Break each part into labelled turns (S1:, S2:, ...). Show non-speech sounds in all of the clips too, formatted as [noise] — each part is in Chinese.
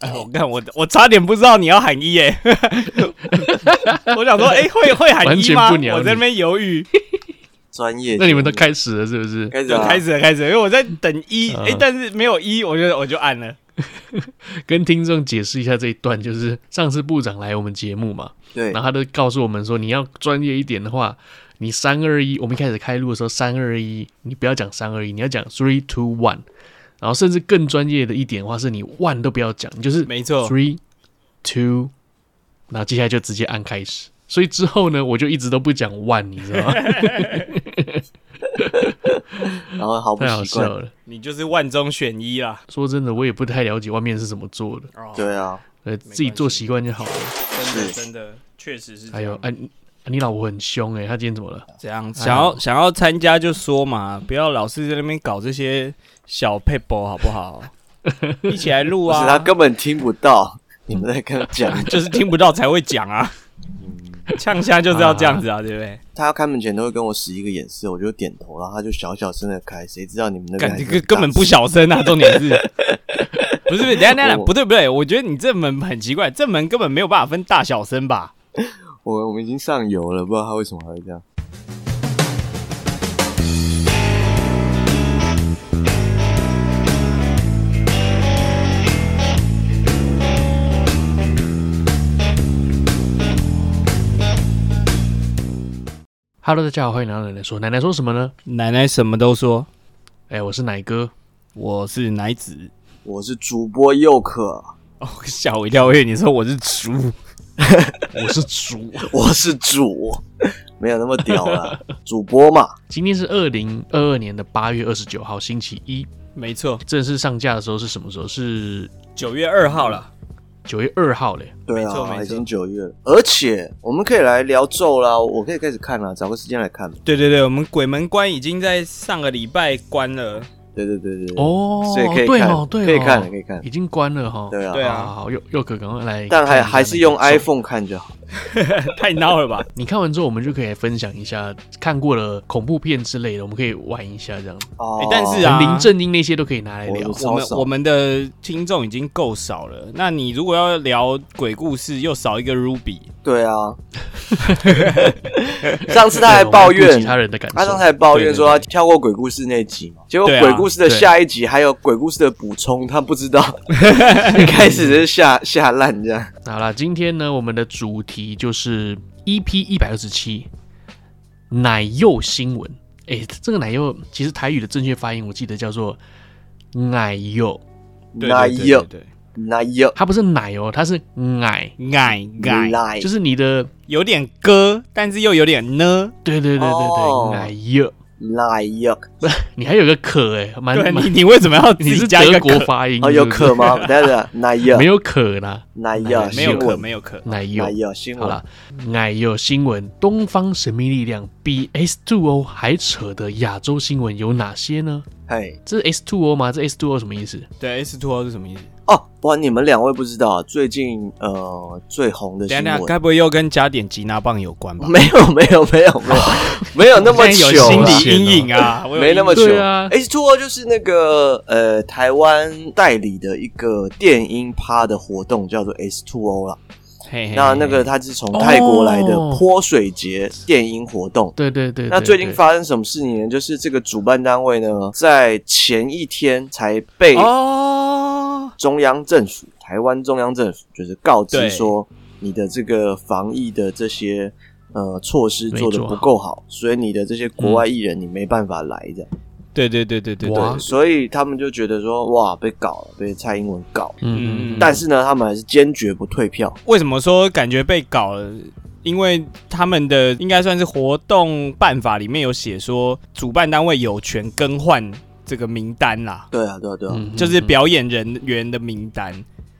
S1: 哎我看我我差点不知道你要喊一耶， [laughs] 我想说，哎、会会喊
S2: 完
S1: 一
S2: 全
S1: 吗？
S2: 不鸟
S1: 我在那
S2: 你
S1: 边犹豫，
S3: 专业节目。
S2: 那你们都开始了是不是？
S3: 开始
S1: 就
S3: 啊
S1: 开始了开始了，因为我在等一，
S2: 嗯
S1: 哎、但是没有一，我就我就按了。
S2: 跟听众解释一下这一段，就是上次部长来我们节目嘛，
S3: 对
S2: 然后他就告诉我们说，你要专业一点的话，你三二一，我们一开始开录的时候三二一，你不要讲三二一，你要讲 three two one，然后甚至更专业的一点的话，是你 one 都不要讲，你就是
S1: 没错
S2: three two，然后接下来就直接按开始。所以之后呢，我就一直都不讲 one，你知道吗？
S3: [laughs] 然后毫不
S2: 太好
S3: 习
S2: 笑
S3: 惯。
S2: 了。
S1: 你就是万中选一啦。
S2: 说真的，我也不太了解外面是怎么做的，
S1: 哦，
S3: 对啊，
S2: 呃，自己做习惯就好了。
S1: 真的
S3: 是
S1: 真的确实是这样。
S2: 哎呦，哎、你啊你老婆很凶哎、她今天怎么了？
S1: 这样想要想要参加就说嘛，不要老是在那边搞这些小 paper 好不好？ [laughs] 一起来录
S3: 不是他
S1: 啊，
S3: 根本听不到 [laughs] 你们在跟他讲，
S1: 就是听不到才会讲啊。 [laughs] 呛虾就是要这样子啊，对不对？
S3: 他要开门前都会跟我使一个眼色，我就点头，然后他就小小声的开，谁知道你们那边
S1: 感
S3: 还
S1: 觉
S3: 是
S1: 根根本不小声啊，重点是，不是不是，等一下等一下，不对不对，我觉得你这门很奇怪，这门根本没有办法分大小声吧？
S3: 我我们已经上游了，不知道他为什么还会这样。
S2: Hello，大家好，欢迎来到奶奶说。奶奶说什么呢？
S1: 奶奶什么都说，
S2: 哎、我是奶
S3: [laughs]
S2: 哥。
S1: 我是奶子，
S3: 我是主播佑可， [laughs]
S1: 哦，吓我一跳，我以为你说我是猪，
S2: 我是猪。
S3: 我是主，没有那么屌
S1: [laughs]
S3: 啦，主播嘛，
S2: 今天是二零二二年的八月二十九号，星期一。
S1: 没错，
S2: 正式上架的时候是什么时候？是
S1: 九月二号了，
S2: 九月二号嘞。
S3: 对
S1: 没错没
S3: 啊，
S1: 错
S3: 已经九月了，而且我们可以来聊咒啦，我可以开始看了，找个时间来看。
S1: 对对对，我们鬼门关已经在上个礼拜关了。
S3: 对对对对对，
S2: 哦，
S3: 所以可以
S2: 对
S3: 看
S2: 哦，对哦，
S3: 可以看了可以看了
S2: 已经关了哈。
S3: 对啊
S1: 对啊
S2: 好好好，又又可赶快来看一下
S3: 但
S2: 那个咒。
S1: 哎
S3: 还还是用 iPhone 看就好。
S1: 太闹了吧？
S2: 你看完之后，我们就可以来分享一下看过的恐怖片之类的，我们可以玩一下这样。
S3: 哦
S1: 哎但是啊
S2: 连林正英那些都可以拿来
S3: 我。
S2: 聊
S1: 我
S3: 超
S1: 们
S3: 少
S1: 我们的听众已经够少了，那你如果要聊鬼故事，又少一个 Ruby，
S3: 对
S1: [laughs]
S3: 啊，上次他还
S2: 对
S3: 抱
S2: 我们顾
S3: 怨
S2: 及，他人的感受。
S3: 他上次还抱怨说他
S2: 对，
S3: 跳过鬼故事那集嘛，结果
S1: 对啊
S3: 鬼故事的下一集还有鬼故事的补充，他不
S1: [laughs]
S3: 知道，一开始是下下烂这样。
S2: 对对好啦，今天呢，我们的主题就是 EP 一百二十七奶幼新闻。哎，这个奶幼其实台语的正确发音我记得叫做奶幼，
S1: 对
S3: 那
S1: 对对
S3: 有
S1: 对
S3: 那有
S2: 它不是奶哦，它是奶，
S1: 对，矮矮
S3: 来
S2: 就是你的
S1: 有点歌，但是又有点呢，
S2: 对对对对
S3: 哦
S2: 对奶幼。
S3: 来有
S2: 你还有个可哎，蛮
S1: 对
S2: 蛮
S1: 你你为什么要自
S2: 你
S1: 己
S2: 是
S1: 加一个
S2: 德国
S1: 可？
S2: 发音
S3: 哦有
S2: 是不是
S1: [laughs]
S3: 可吗？等一下那有
S2: 没有可啦，
S3: 那有
S1: 没有
S3: 新
S1: 可
S3: 闻
S1: 没有可，
S2: 奶
S3: 那
S2: 幼。
S3: 有新
S2: 好
S3: 闻
S2: 了，奶有新闻，东方神秘力量比 S Two O 还扯的亚洲新闻有哪些呢？
S3: 嘿
S2: 这是 S Two O 吗？这 S Two O 什么意思？
S1: 对 S two O 是什么意思？
S3: 哦，不然你们两位不知道啊最近呃最红的新
S1: 等一下等一下，
S3: 闻。
S1: 该不会又跟加点吉拿棒有关吧？
S3: [laughs] 没有没有没有没有没有那
S1: [laughs]
S3: 么
S1: 现在有
S3: 糗
S1: 心
S3: 啦，
S1: 理阴影啊，我有
S3: 没那么
S1: 阴影
S3: 久。
S2: 对啊
S3: h Two O 就是那个呃台湾代理的一个电音趴的活动，叫做 H Two O 啦。
S1: 嘿嘿
S3: 那那个它是从泰国来的
S2: 哦
S3: 泼水节电音活动。
S2: 对对对
S3: 那
S2: 对
S3: 最近
S2: 对
S3: 发生什么事情呢？就是这个主办单位呢，在前一天才被
S1: 哦，
S3: 中央政府、台湾中央政府就是告知说，你的这个防疫的这些呃措施做的
S2: 没做好嗯
S3: 不够好，所以你的这些国外艺人你没办法来这样。
S1: 对对对对对对
S2: 哇，
S3: 所以他们就觉得说，哇，被搞了，被蔡英文搞了。
S2: 嗯嗯
S1: 嗯
S2: 嗯，
S3: 但是呢，他们还是坚决不退票。
S1: 为什么说感觉被搞了？因为他们的应该算是活动办法里面有写说，主办单位有权更换这个名单啦，
S3: 对啊，对啊，对啊，
S2: 嗯
S1: 就是表演人员的名单，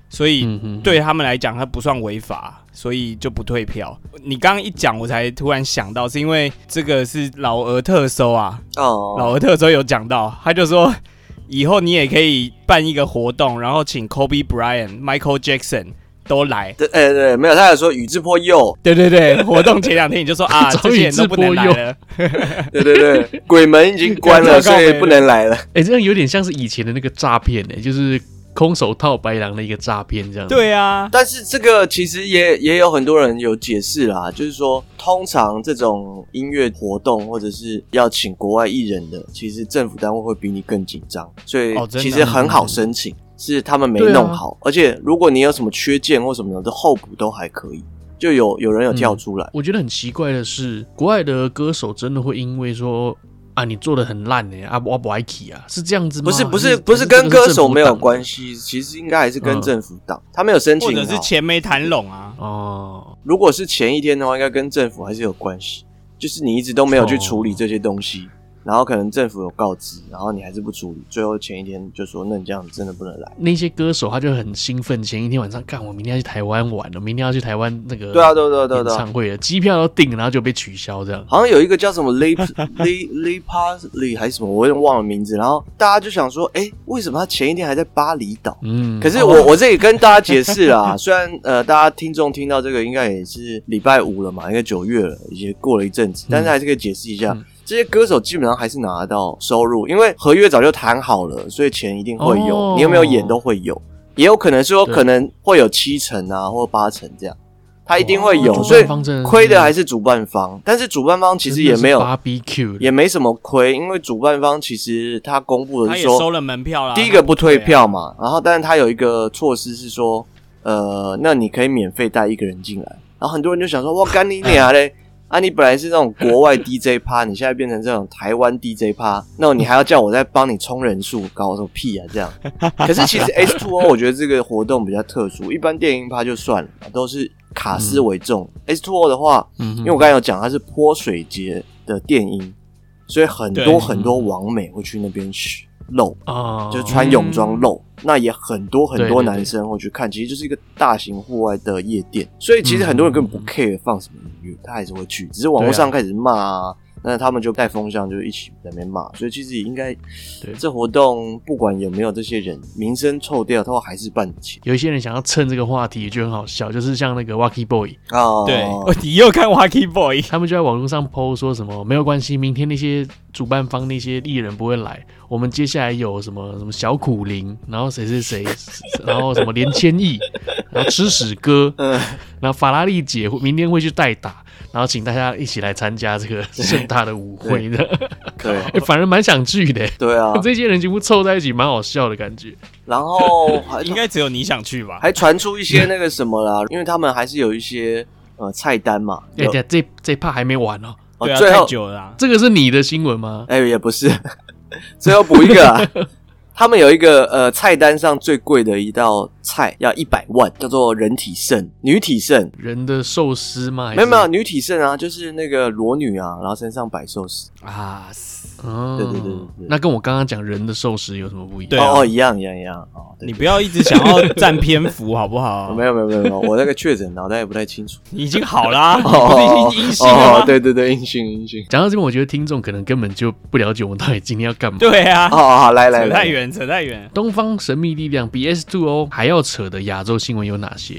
S1: 所以
S2: 嗯嗯，
S1: 对他们来讲，它不算违法，所以就不退票。你刚刚一讲，我才突然想到，是因为这个是老俄特搜啊，
S3: 哦，
S1: 老俄特搜有讲到，他就说以后你也可以办一个活动，然后请 Kobe Bryant、Michael Jackson 都来，
S3: 对，哎、对，没有，他有说宇智波鼬，
S1: 对对对，活动前两天你就说
S3: [laughs]
S1: 啊，
S2: 终
S1: 这
S2: 于
S1: 些人都不能来
S2: 自
S1: 了，
S3: 对对对，鬼门已经关
S1: [laughs]
S3: 了，
S1: 糟糕
S3: 所
S1: 没
S3: 以
S1: 了
S3: 不能来了。
S2: 哎，这样有点像是以前的那个诈骗呢，就是。空手套白狼的一个诈骗，这样。
S1: 对啊，
S3: 但是这个其实也也有很多人有解释啦，就是说，通常这种音乐活动或者是要请国外艺人的，其实政府单位会比你更紧张，所以
S1: 哦真的
S3: 其实很好申请，是他们没
S2: 对啊
S3: 弄好。而且如果你有什么缺件或什么的，候补都还可以。就有有人有跳出来，
S2: 我觉得很奇怪的是，国外的歌手真的会因为说啊，你做的很烂呢、啊，我不爱 k 啊，是这样子吗？
S3: 不是不
S2: 还
S3: 是
S2: 是
S3: 不是跟歌手没有
S2: 系
S3: 关系，其实应该还是跟
S2: 嗯
S3: 政府党，他们有申
S1: 或
S3: 请
S1: 者是
S3: 好。
S1: 钱没谈拢啊。
S2: 哦。
S3: 如果是前一天的话，应该跟政府还是有关系，就是你一直都没有去处理这些东西，然后可能政府有告知，然后你还是不处理，最后前一天就说，那你这样子真的不能来。
S2: 那些歌手他就很兴奋，前一天晚上干，我明天要去台湾玩了，明天要去台湾那个
S3: 对啊，对啊对啊对啊
S2: 演
S3: 对啊
S2: 唱会了，机票都订了，然后就被取消这样。
S3: 好像有一个叫什么 [laughs] Lip Lip Lip Parsley 还是什么，我有点忘了名字。然后大家就想说，哎、为什么他前一天还在巴厘岛？
S2: 嗯，
S3: 可是我我这里跟大家解释啦， [laughs] 虽然呃，大家听众听到这个应该也是礼拜五了嘛，应该九月了，已经过了一阵子，但是还是可以解释一下，
S2: 嗯
S3: 这些歌手基本上还是拿得到收入，因为合约早就谈好了，所以钱一定会有，
S2: 哦
S3: 你有没有演都会有，也有可能说
S2: 对
S3: 可能会有七成啊或八成这样，他一定会有，
S1: 哦
S3: 所以
S2: 主办方嗯真的是
S3: 亏的还是主办方，但是主办方其实也没有。
S2: BBQ，
S3: 也没什么亏，因为主办方其实他公布的
S1: 他
S3: 是
S1: 也
S3: 说
S1: 收了门票啦。
S3: 第一个不退票嘛，然后但是他有一个措施是说，呃，那你可以免费带一个人进来，然后很多人就想说，哇，干你娘嘞！啊，你本来是那种国外 DJ 趴，你现在变成这种台湾 DJ 趴，那你还要叫我再帮你冲人数，搞什么屁啊？这样。可是其实 S Two O 我觉得这个活动比较特殊，一般电音趴就算了，都是卡斯为重。S Two O 的话，
S2: 嗯哼，
S3: 因为我刚才有讲它是泼水节的电音，所以很多
S1: 对
S3: 很多网美会去那边去露。
S2: 啊，
S3: 就是穿泳装露，那也很多很
S2: 对
S3: 多
S2: 对
S3: 男
S2: 对
S3: 生会去看，其实就是一个大型户外的夜店，所以其实很多人根本
S2: 嗯
S3: 不 care 放什么音乐，他还是会去，只是网络上开始骂啊，那他们就带风向，就一起在那边骂，所以其实也应该
S2: 对
S3: 这活动不管有没有这些人，名声臭掉，他还是办得起
S2: 有一些人想要趁这个话题，也觉得很好笑，就是像那个 Wacky Boy，
S3: 啊。
S1: 对，你又看 Wacky Boy，
S2: 他们就在网络上 PO 说什么没有关系，明天那些主办方那些艺人不会来，我们接下来有什么什么小苦灵，然后谁谁谁， [laughs] 然后什么连千亿，然后吃屎哥，
S3: 嗯，
S2: 然后法拉利姐明天会去代打，然后请大家一起来参加这个盛大的舞会的，
S3: 对
S2: 欸 [laughs] 反而蛮想去的。，
S3: 对啊
S2: 这些人全部凑在一起，蛮好笑的感觉。
S3: 然后还
S1: 应该只有你想去吧？
S3: 还传出一些那个什么啦，因为他们还是有一些呃菜单嘛，有
S2: 哎、等一下这这趴还没完哦，
S3: 哦
S1: 对啊，
S3: 最
S1: 太
S3: 后
S1: 久了啦。
S2: 这个是你的新闻吗？
S3: [laughs] 哎、也不是，最后补一
S1: [laughs]
S3: 个啊。他们有一个呃菜单上最贵的一道菜要一百万，叫做人体肾、女体肾，
S2: 人的寿司吗？还是
S3: 没有没有，女体肾啊，就是那个裸女啊，然后身上摆寿司，
S1: 啊，
S2: 哦
S3: 对对对对对
S2: 那跟我刚刚讲人的寿司有什么不一样？
S1: 对啊
S3: 哦哦一样一样一样哦，对
S1: 你不要一直想要占篇幅好不好？
S3: 没有没有没有没
S1: [laughs]
S3: [laughs] 有，我那个确诊脑袋也不太清楚，
S1: 你已经好啦，你
S3: [laughs]
S1: 不 [laughs]
S3: 哦
S1: 是已经阴性了
S3: 哦
S1: 吗？
S3: 对对对，阴性阴性，
S2: 讲到这边，我觉得听众可能根本就不了解我们到底今天要干嘛。
S1: 对啊
S3: 哦，好好来来
S1: 扯太
S3: 来，
S1: 远，扯太远。
S2: 东方神秘力量比 S Two O 还要扯的亚洲新闻有哪些？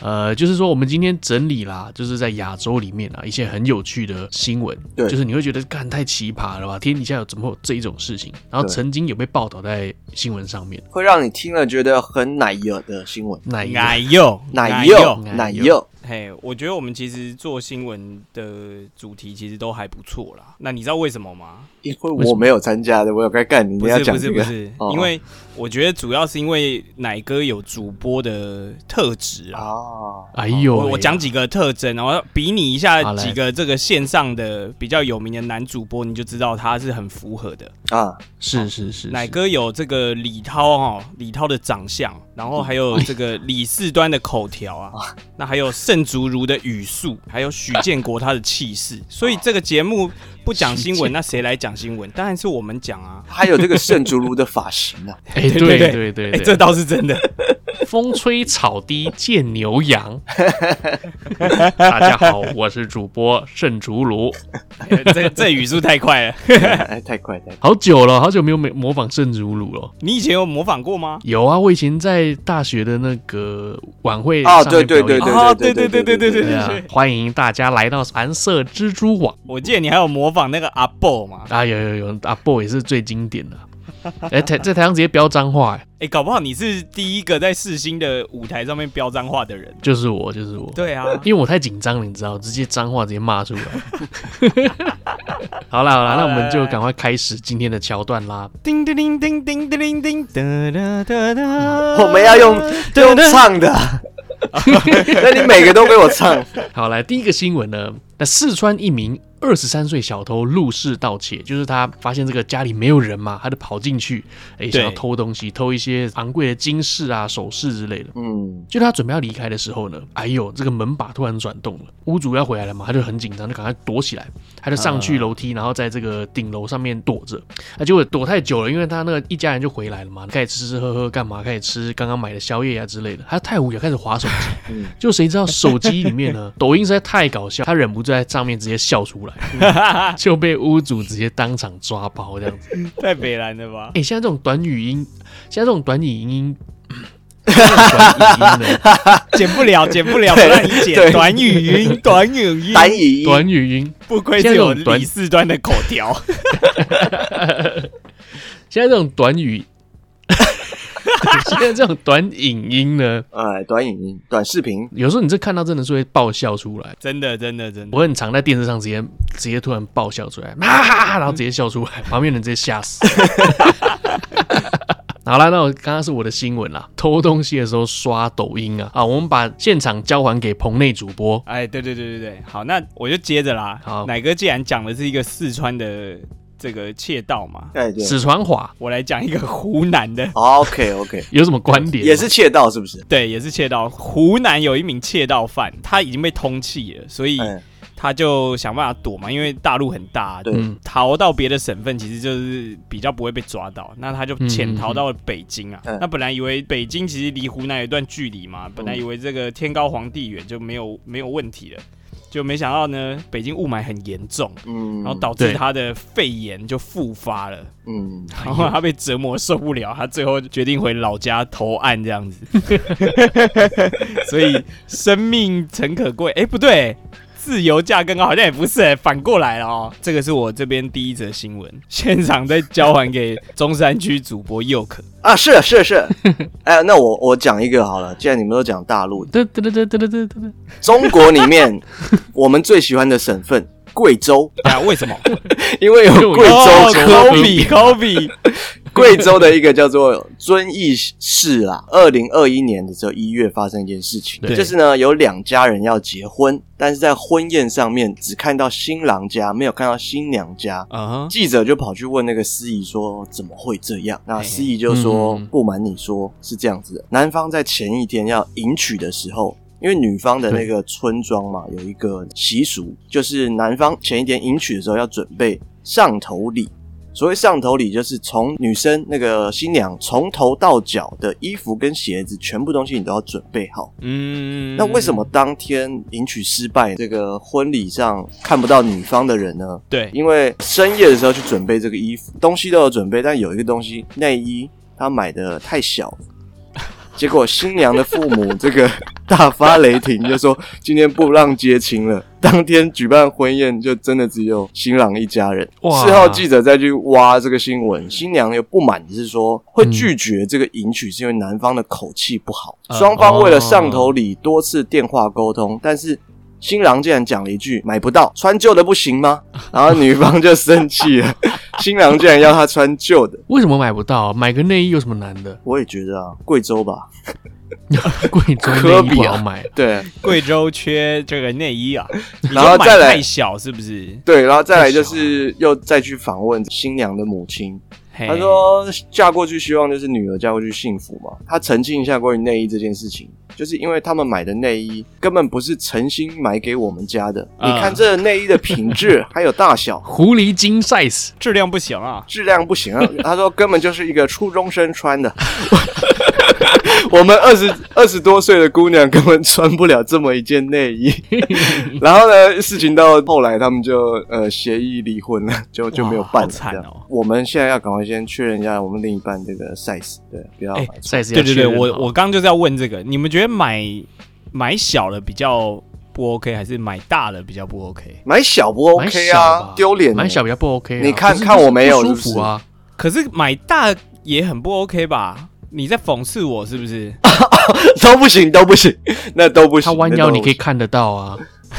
S2: 呃，就是说我们今天整理啦，就是在亚洲里面啊一些很有趣的新闻，
S3: 对
S2: 就是你会觉得干太奇葩了吧？天底下有怎么会有这一种事情？然后
S3: 对
S2: 曾经有被报道在新闻上面，
S3: 会让你听了觉得很奶油的新闻，
S2: 那一
S1: 奶油，
S3: 奶
S1: 油
S3: 油
S2: 奶油
S3: 奶油，
S1: 嘿，我觉得我们其实做新闻的主题其实都还不错啦。那你知道为什么吗？
S3: 因为我没有参加的，我有该干，你
S1: 不
S3: 要
S1: 是
S3: 讲
S1: 不
S3: 这
S1: 是不
S3: 个，
S1: 是
S3: 哦，
S1: 因为我觉得主要是因为奶哥有主播的特质啊。
S3: 啊，
S2: 哎呦，
S1: 哦我我讲几个特征，然后比拟一下
S2: 好来
S1: 几个这个线上的比较有名的男主播，你就知道他是很符合的。
S3: 啊，
S2: 是是是
S1: 奶哥有这哦个李涛哦，李涛的长相，然后还有这个李四端的口条啊，那还有盛竹如的语速，还有许建国他的气 [laughs] 势。所以这个节目不讲新
S2: 许建
S1: 闻，那谁来讲新闻？当然是我们讲啊。
S3: 还有这个圣竹炉的发型
S2: [laughs]
S3: 啊，
S2: 哎、
S1: 对对对
S2: 对对
S1: 哎、这倒是真 [laughs] 的。
S2: 风吹草低见牛羊。 [laughs] 大家好，我是主播盛竹炉，
S1: 哎这这语速太快了。
S3: 哎，太快太快，
S2: 好久了，好久没有模模仿盛竹炉了。
S1: 你以前有模仿过吗？
S2: 有啊，我以前在大学的那个晚会
S3: 哦
S2: 上面
S3: 对对
S2: 表演
S3: 对
S1: 哦，
S3: 对
S1: 对
S3: 对
S1: 对对
S3: 对
S1: 对对对
S3: 对对对
S2: 对
S1: 对
S2: 啊
S1: 对，，
S2: 欢迎大家来到蓝色蜘蛛网
S1: 我记得你还有模仿那个阿布嘛，
S2: 啊啊！有有有，阿 boy 也是最经典的。哎、台在台上直接飙脏话、哎
S1: 哎、搞不好你是第一个在世新的舞台上面飙脏话的人。
S2: 就是我，就是我。
S1: 对啊，
S2: 因为我太紧张了，你知道，直接脏话直接骂出来。 [laughs] 好啦好啦，那我们就赶快开始今天的桥段啦。
S1: 叮叮叮叮叮叮叮叮，哒哒哒哒。
S3: 我们要 [laughs] 用用唱的， [laughs] 那你每个都给我唱。
S2: [laughs] 好，来第一个新闻呢，那四川一名二十三岁小偷入室盗窃，就是他发现这个家里没有人嘛，他就跑进去，哎、想要偷东西，偷一些昂贵的金饰啊、首饰之类的。
S3: 嗯，
S2: 就他准备要离开的时候呢，哎呦，这个门把突然转动了，屋主要回来了嘛，他就很紧张，就赶快躲起来，他就上去楼梯，然后在这个顶楼上面躲着。啊，结果躲太久了，因为他那个一家人就回来了嘛，开始吃吃喝喝干嘛，开始吃刚刚买的宵夜呀、之类的，他太无聊，开始划手机
S3: 嗯，
S2: 就谁知道手机里面呢，抖音实在太搞笑，他忍不住在上面直接笑出来，就被屋主直接当场抓包这样子。
S1: 太北蓝了吧？
S2: 哎、现在这种短语音，现在这种短语音。现在这种短语音呢，
S1: 剪不了，剪不了，不让你剪。
S3: 对
S1: 短语
S3: [laughs]
S1: 音，短语音，
S3: 单语音，
S2: 短语音
S1: 不愧是有李四端的口条。
S2: 现在这种短语， [laughs] 现在这种短影音呢，
S3: 哎，短语音，短视频，
S2: 有时候你这看到真的是会爆笑出来。
S1: 真的，真的，真的。
S2: 我很常在电视上直接直接突然爆笑出来，哈哈哈，然后直接笑出来，旁边人直接吓死。 [laughs] 好啦，那我刚刚是我的新闻啦，偷东西的时候刷抖音啊啊！我们把现场交还给棚内主播，
S1: 哎，对对对对对，好，那我就接着啦。
S2: 好
S1: 奶哥既然讲的是一个四川的这个窃盗嘛，
S3: 哎，对
S2: 史传华
S1: 我来讲一个湖南的。
S3: ，OK [laughs] OK，
S2: 有什么关联？
S3: 也是窃盗是不是？
S1: 对，也是窃盗。湖南有一名窃盗犯，他已经被通缉了，所以
S3: 哎，
S1: 他就想办法躲嘛，因为大陆很大，
S3: 对
S2: 嗯，
S1: 逃到别的省份其实就是比较不会被抓到。那他就潜逃到了北京啊。
S3: 嗯嗯
S1: 那本来以为北京其实离湖南有一段距离嘛，本来以为这个天高皇帝远就没有没有问题了，就没想到呢，北京雾霾很严重，
S3: 嗯，
S1: 然后导
S2: 对
S1: 致他的肺炎就复发了。
S3: 嗯，
S1: 然后他被折磨受不了，他最后决定回老家投案这 [laughs] 样子。所以生命诚可贵，哎、不对，自由价更高，好像也不是、诶反过来了哦。这个是我这边第一则新闻，现场再交还给中山区主播佑可。
S3: 啊，是是是， [laughs] 哎，那我我讲一个好了，既然你们都讲大陆，
S2: 噔噔噔噔噔噔噔噔，
S3: 中国里 [laughs] 面我们最喜欢的省份贵州，
S1: 啊，为什 [laughs] 么？
S3: 因为有贵
S1: 哦
S3: 州
S1: 科
S3: 科比。
S1: 比，科比，
S3: [laughs] 贵州的一个叫做遵义市啊，二零二一年的时候一月发生一件事情，
S2: 对
S3: 就是呢有两家人要结婚，但是在婚宴上面只看到新郎家，没有看到新娘家。
S1: 啊哈，
S3: 记者就跑去问那个司仪说怎么会这样？那司仪就说、
S2: 嗯
S3: 不瞒你说是这样子的，男方在前一天要迎娶的时候。因为女方的那个村庄嘛，有一个习俗，就是男方前一天迎娶的时候要准备上头礼。所谓上头礼，就是从女生那个新娘从头到脚的衣服跟鞋子，全部东西你都要准备好。
S1: 嗯
S3: 那为什么当天迎娶失败，这个婚礼上看不到女方的人呢？
S1: 对？
S3: 因为深夜的时候去准备这个衣服，东西都有准备，但有一个东西内衣他买的太小了， [laughs] 结果新娘的父母这个大发雷霆，就说今天不让接亲了。当天举办婚宴，就真的只有新郎一家人。
S2: 哇
S3: 事后记者再去挖这个新闻，新娘又不满，是说会拒绝这个迎娶，是因为男方的口气不好。
S1: 嗯
S3: 双方为了上头礼多次电话沟通，但是新郎竟然讲了一句“买不到，穿旧的不行吗？”然后女方就生气了，新郎竟然要他穿旧的。
S2: 为什么买不到？买个内衣有什么难的？
S3: 我也觉得啊，贵州吧，
S2: 贵州
S3: 科
S2: 内衣
S3: 比
S2: 不
S3: 啊
S2: 好买，
S3: 对
S1: 贵州缺这个内衣啊？你
S3: [laughs] 然后
S1: 说买
S3: 再来
S1: 太小是不是？
S3: 对，然后再来就是又再去访问新娘的母亲，
S1: 他
S3: 她说嫁过去希望就是女儿嫁过去幸福嘛。她澄清一下关于内衣这件事情，就是因为他们买的内衣根本不是诚心买给我们家的，你
S1: 嗯
S3: 看这内衣的品质还有大小。
S2: 狐狸精 size。
S1: 质量不行啊。
S3: 质量不行
S2: [laughs]
S3: 啊。他说根本就是一个初中生穿的， [laughs] 我们二十二十多岁的姑娘根本穿不了这么一件内
S2: [laughs]
S3: 衣。然后呢，事情到后来他们就呃协议离婚了，就就没有办
S1: 好
S3: 了。
S1: 惨哦
S3: 这样我们现在要赶快先确认一下我们另一半这个 size，对，不
S2: 哎
S3: 要买错。
S2: size
S1: 对对对，
S2: 要确认
S1: 我
S2: 好
S1: 我刚刚就是要问这个，你们觉得买买小了比较不 OK，还是买大了比较不 OK？
S3: 买小不
S2: 蛮
S3: OK
S2: 小吧
S3: 啊，丢脸欸。
S2: 蛮小比较不 OK 啊。
S3: 你看
S2: 不是
S3: 看我没有
S2: 不
S3: 是
S2: 舒
S3: 不是
S2: 服啊，
S1: 可是买大也很不 OK 吧？你在讽刺我是不是？
S3: [laughs] 都不行，都不行，那都不行。
S2: 他弯腰
S3: 那
S2: 你
S3: 都
S2: 可以看得到啊。
S3: 不行，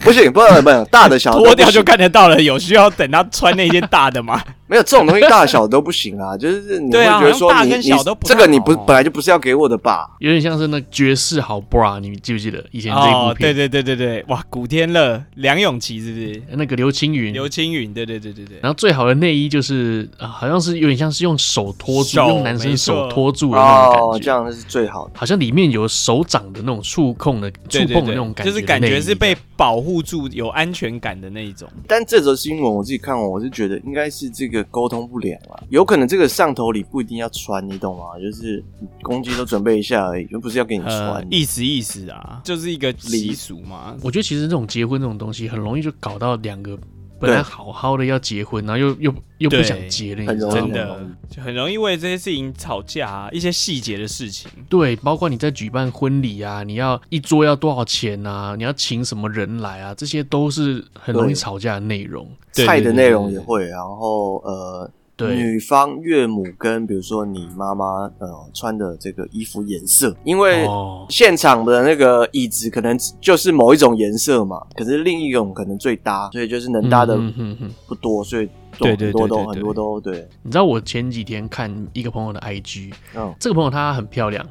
S3: 不行，不行，大的小的都
S1: 脱
S3: 不
S1: 掉就
S3: 行
S1: 看得到了，有需要等他穿那件大的
S2: [laughs]
S1: 吗？
S3: 没有这种东西，大小都不行啊。 [laughs] 就是你会
S1: 对啊
S3: 觉得说
S1: 好像大
S3: 你
S1: 跟
S3: 你
S1: 小都不
S3: 这
S1: 太
S3: 个你
S1: 好
S3: 不
S1: 哦
S3: 本来就不是要给我的吧？
S2: 有点像是那绝世好 bra，你记不记得以前这一部
S1: 哦，对
S2: 片？
S1: 对对对对，哇，古天乐、梁咏琪是不是？
S2: 那个刘青云，
S1: 刘青云，对对对对对，
S2: 然后最好的内衣就是、啊好像是有点像是用手托住，
S1: 手
S2: 用男生
S1: 没错
S2: 手托住的那种
S3: 哦
S2: 感，
S3: 这
S2: 觉，
S3: 样是最好的。
S2: 好像里面有手掌的那种触控的触
S1: 对对
S2: 碰的
S1: 对
S2: 那种感觉
S1: 就
S2: 的内
S1: 是
S2: 衣，
S1: 感觉是被保护住、有安全感的那一种。
S3: 但这则新闻我自己看完，我是觉得应该是这个沟通不良啊，有可能这个上头礼不一定要穿，你懂吗？就是公鸡都准备一下而已，又不是要给你
S1: 呃
S3: 穿，。
S1: 意思意思啊，就是一个习俗嘛。
S2: 我觉得其实这种结婚这种东西，很容易就搞到两个本来
S3: 对
S2: 好好的要结婚，然后又又又不
S1: 对
S2: 想结了，
S3: 很
S2: 你知道
S3: 容易
S2: 吗
S1: 真的就很容易为这些事情吵架啊，一些细节的事情。
S2: 对，包括你在举办婚礼啊，你要一桌要多少钱啊，你要请什么人来啊，这些都是很容易
S3: 对
S2: 吵架的内容。
S1: 对
S3: 菜的
S1: 对对
S3: 内容
S2: 对
S3: 也会，然后呃，
S2: 对
S3: 女方岳母跟比如说你妈妈呃穿的这个衣服颜色，因为
S2: 哦，
S3: 现场的那个椅子可能就是某一种颜色嘛，可是另一种可能最搭，所以就是能搭的
S2: 嗯嗯嗯嗯
S3: 不多，所以
S1: 对对
S3: 很
S1: 对
S3: 多都
S1: 对
S3: 很多都对，
S2: 你知道我前几天看一个朋友的 IG，
S3: 嗯，
S2: 这个朋友她很漂亮，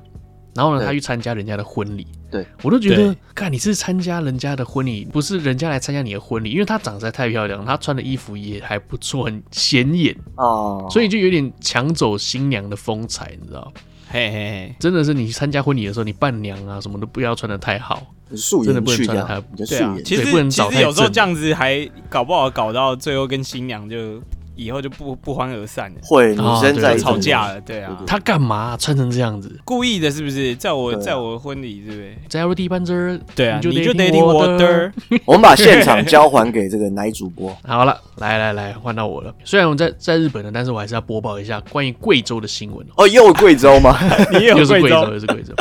S2: 然后呢，
S3: 对
S2: 她去参加人家的婚礼，
S3: 对
S2: 我都觉得
S1: 对，
S2: 看你是参加人家的婚礼，不是人家来参加你的婚礼，因为她长得实在太漂亮，她穿的衣服也还不错，很显眼，
S3: 哦，
S2: 所以就有点抢走新娘的风采，你知道？
S1: 嘿嘿嘿，
S2: 真的是你参加婚礼的时候，你伴娘啊什么都不要穿的太好，
S3: 你素
S2: 真的
S3: 颜
S2: 不能
S3: 去这
S2: 穿
S3: 样
S2: 它，
S3: 你就素
S1: 对啊
S3: 颜，
S1: 其
S2: 对不能
S1: 实其
S2: 找太
S1: 实有时候
S2: 正
S1: 这样子还搞不好搞到最后跟新娘就以后就不不欢而散了，
S3: 会女
S2: 哦
S3: 生
S2: 对
S3: 在
S2: 对
S1: 吵
S2: [laughs]
S1: 架了，对啊
S3: 对。对
S2: 她干嘛、穿成这样子？
S1: 故意的是不是？在我
S3: 对啊
S1: 在我婚礼是不是？
S2: 加入地板汁儿，
S1: 对啊，
S2: 你
S1: 你
S2: 就
S1: 就
S2: 得
S1: 得
S2: 听
S1: 听
S2: 我
S1: 我
S2: 的 [laughs]
S1: 的。
S3: 我们把现场交还给这个男主播，
S2: 好了，来来来，换到我了。虽然我在在日本呢，但是我还是要播报一下关于贵州的新闻哦。
S3: 哦，又贵州吗？ [laughs]
S1: 你也有
S2: 又是
S1: 贵
S2: 贵
S1: 州
S2: 州，又是贵州。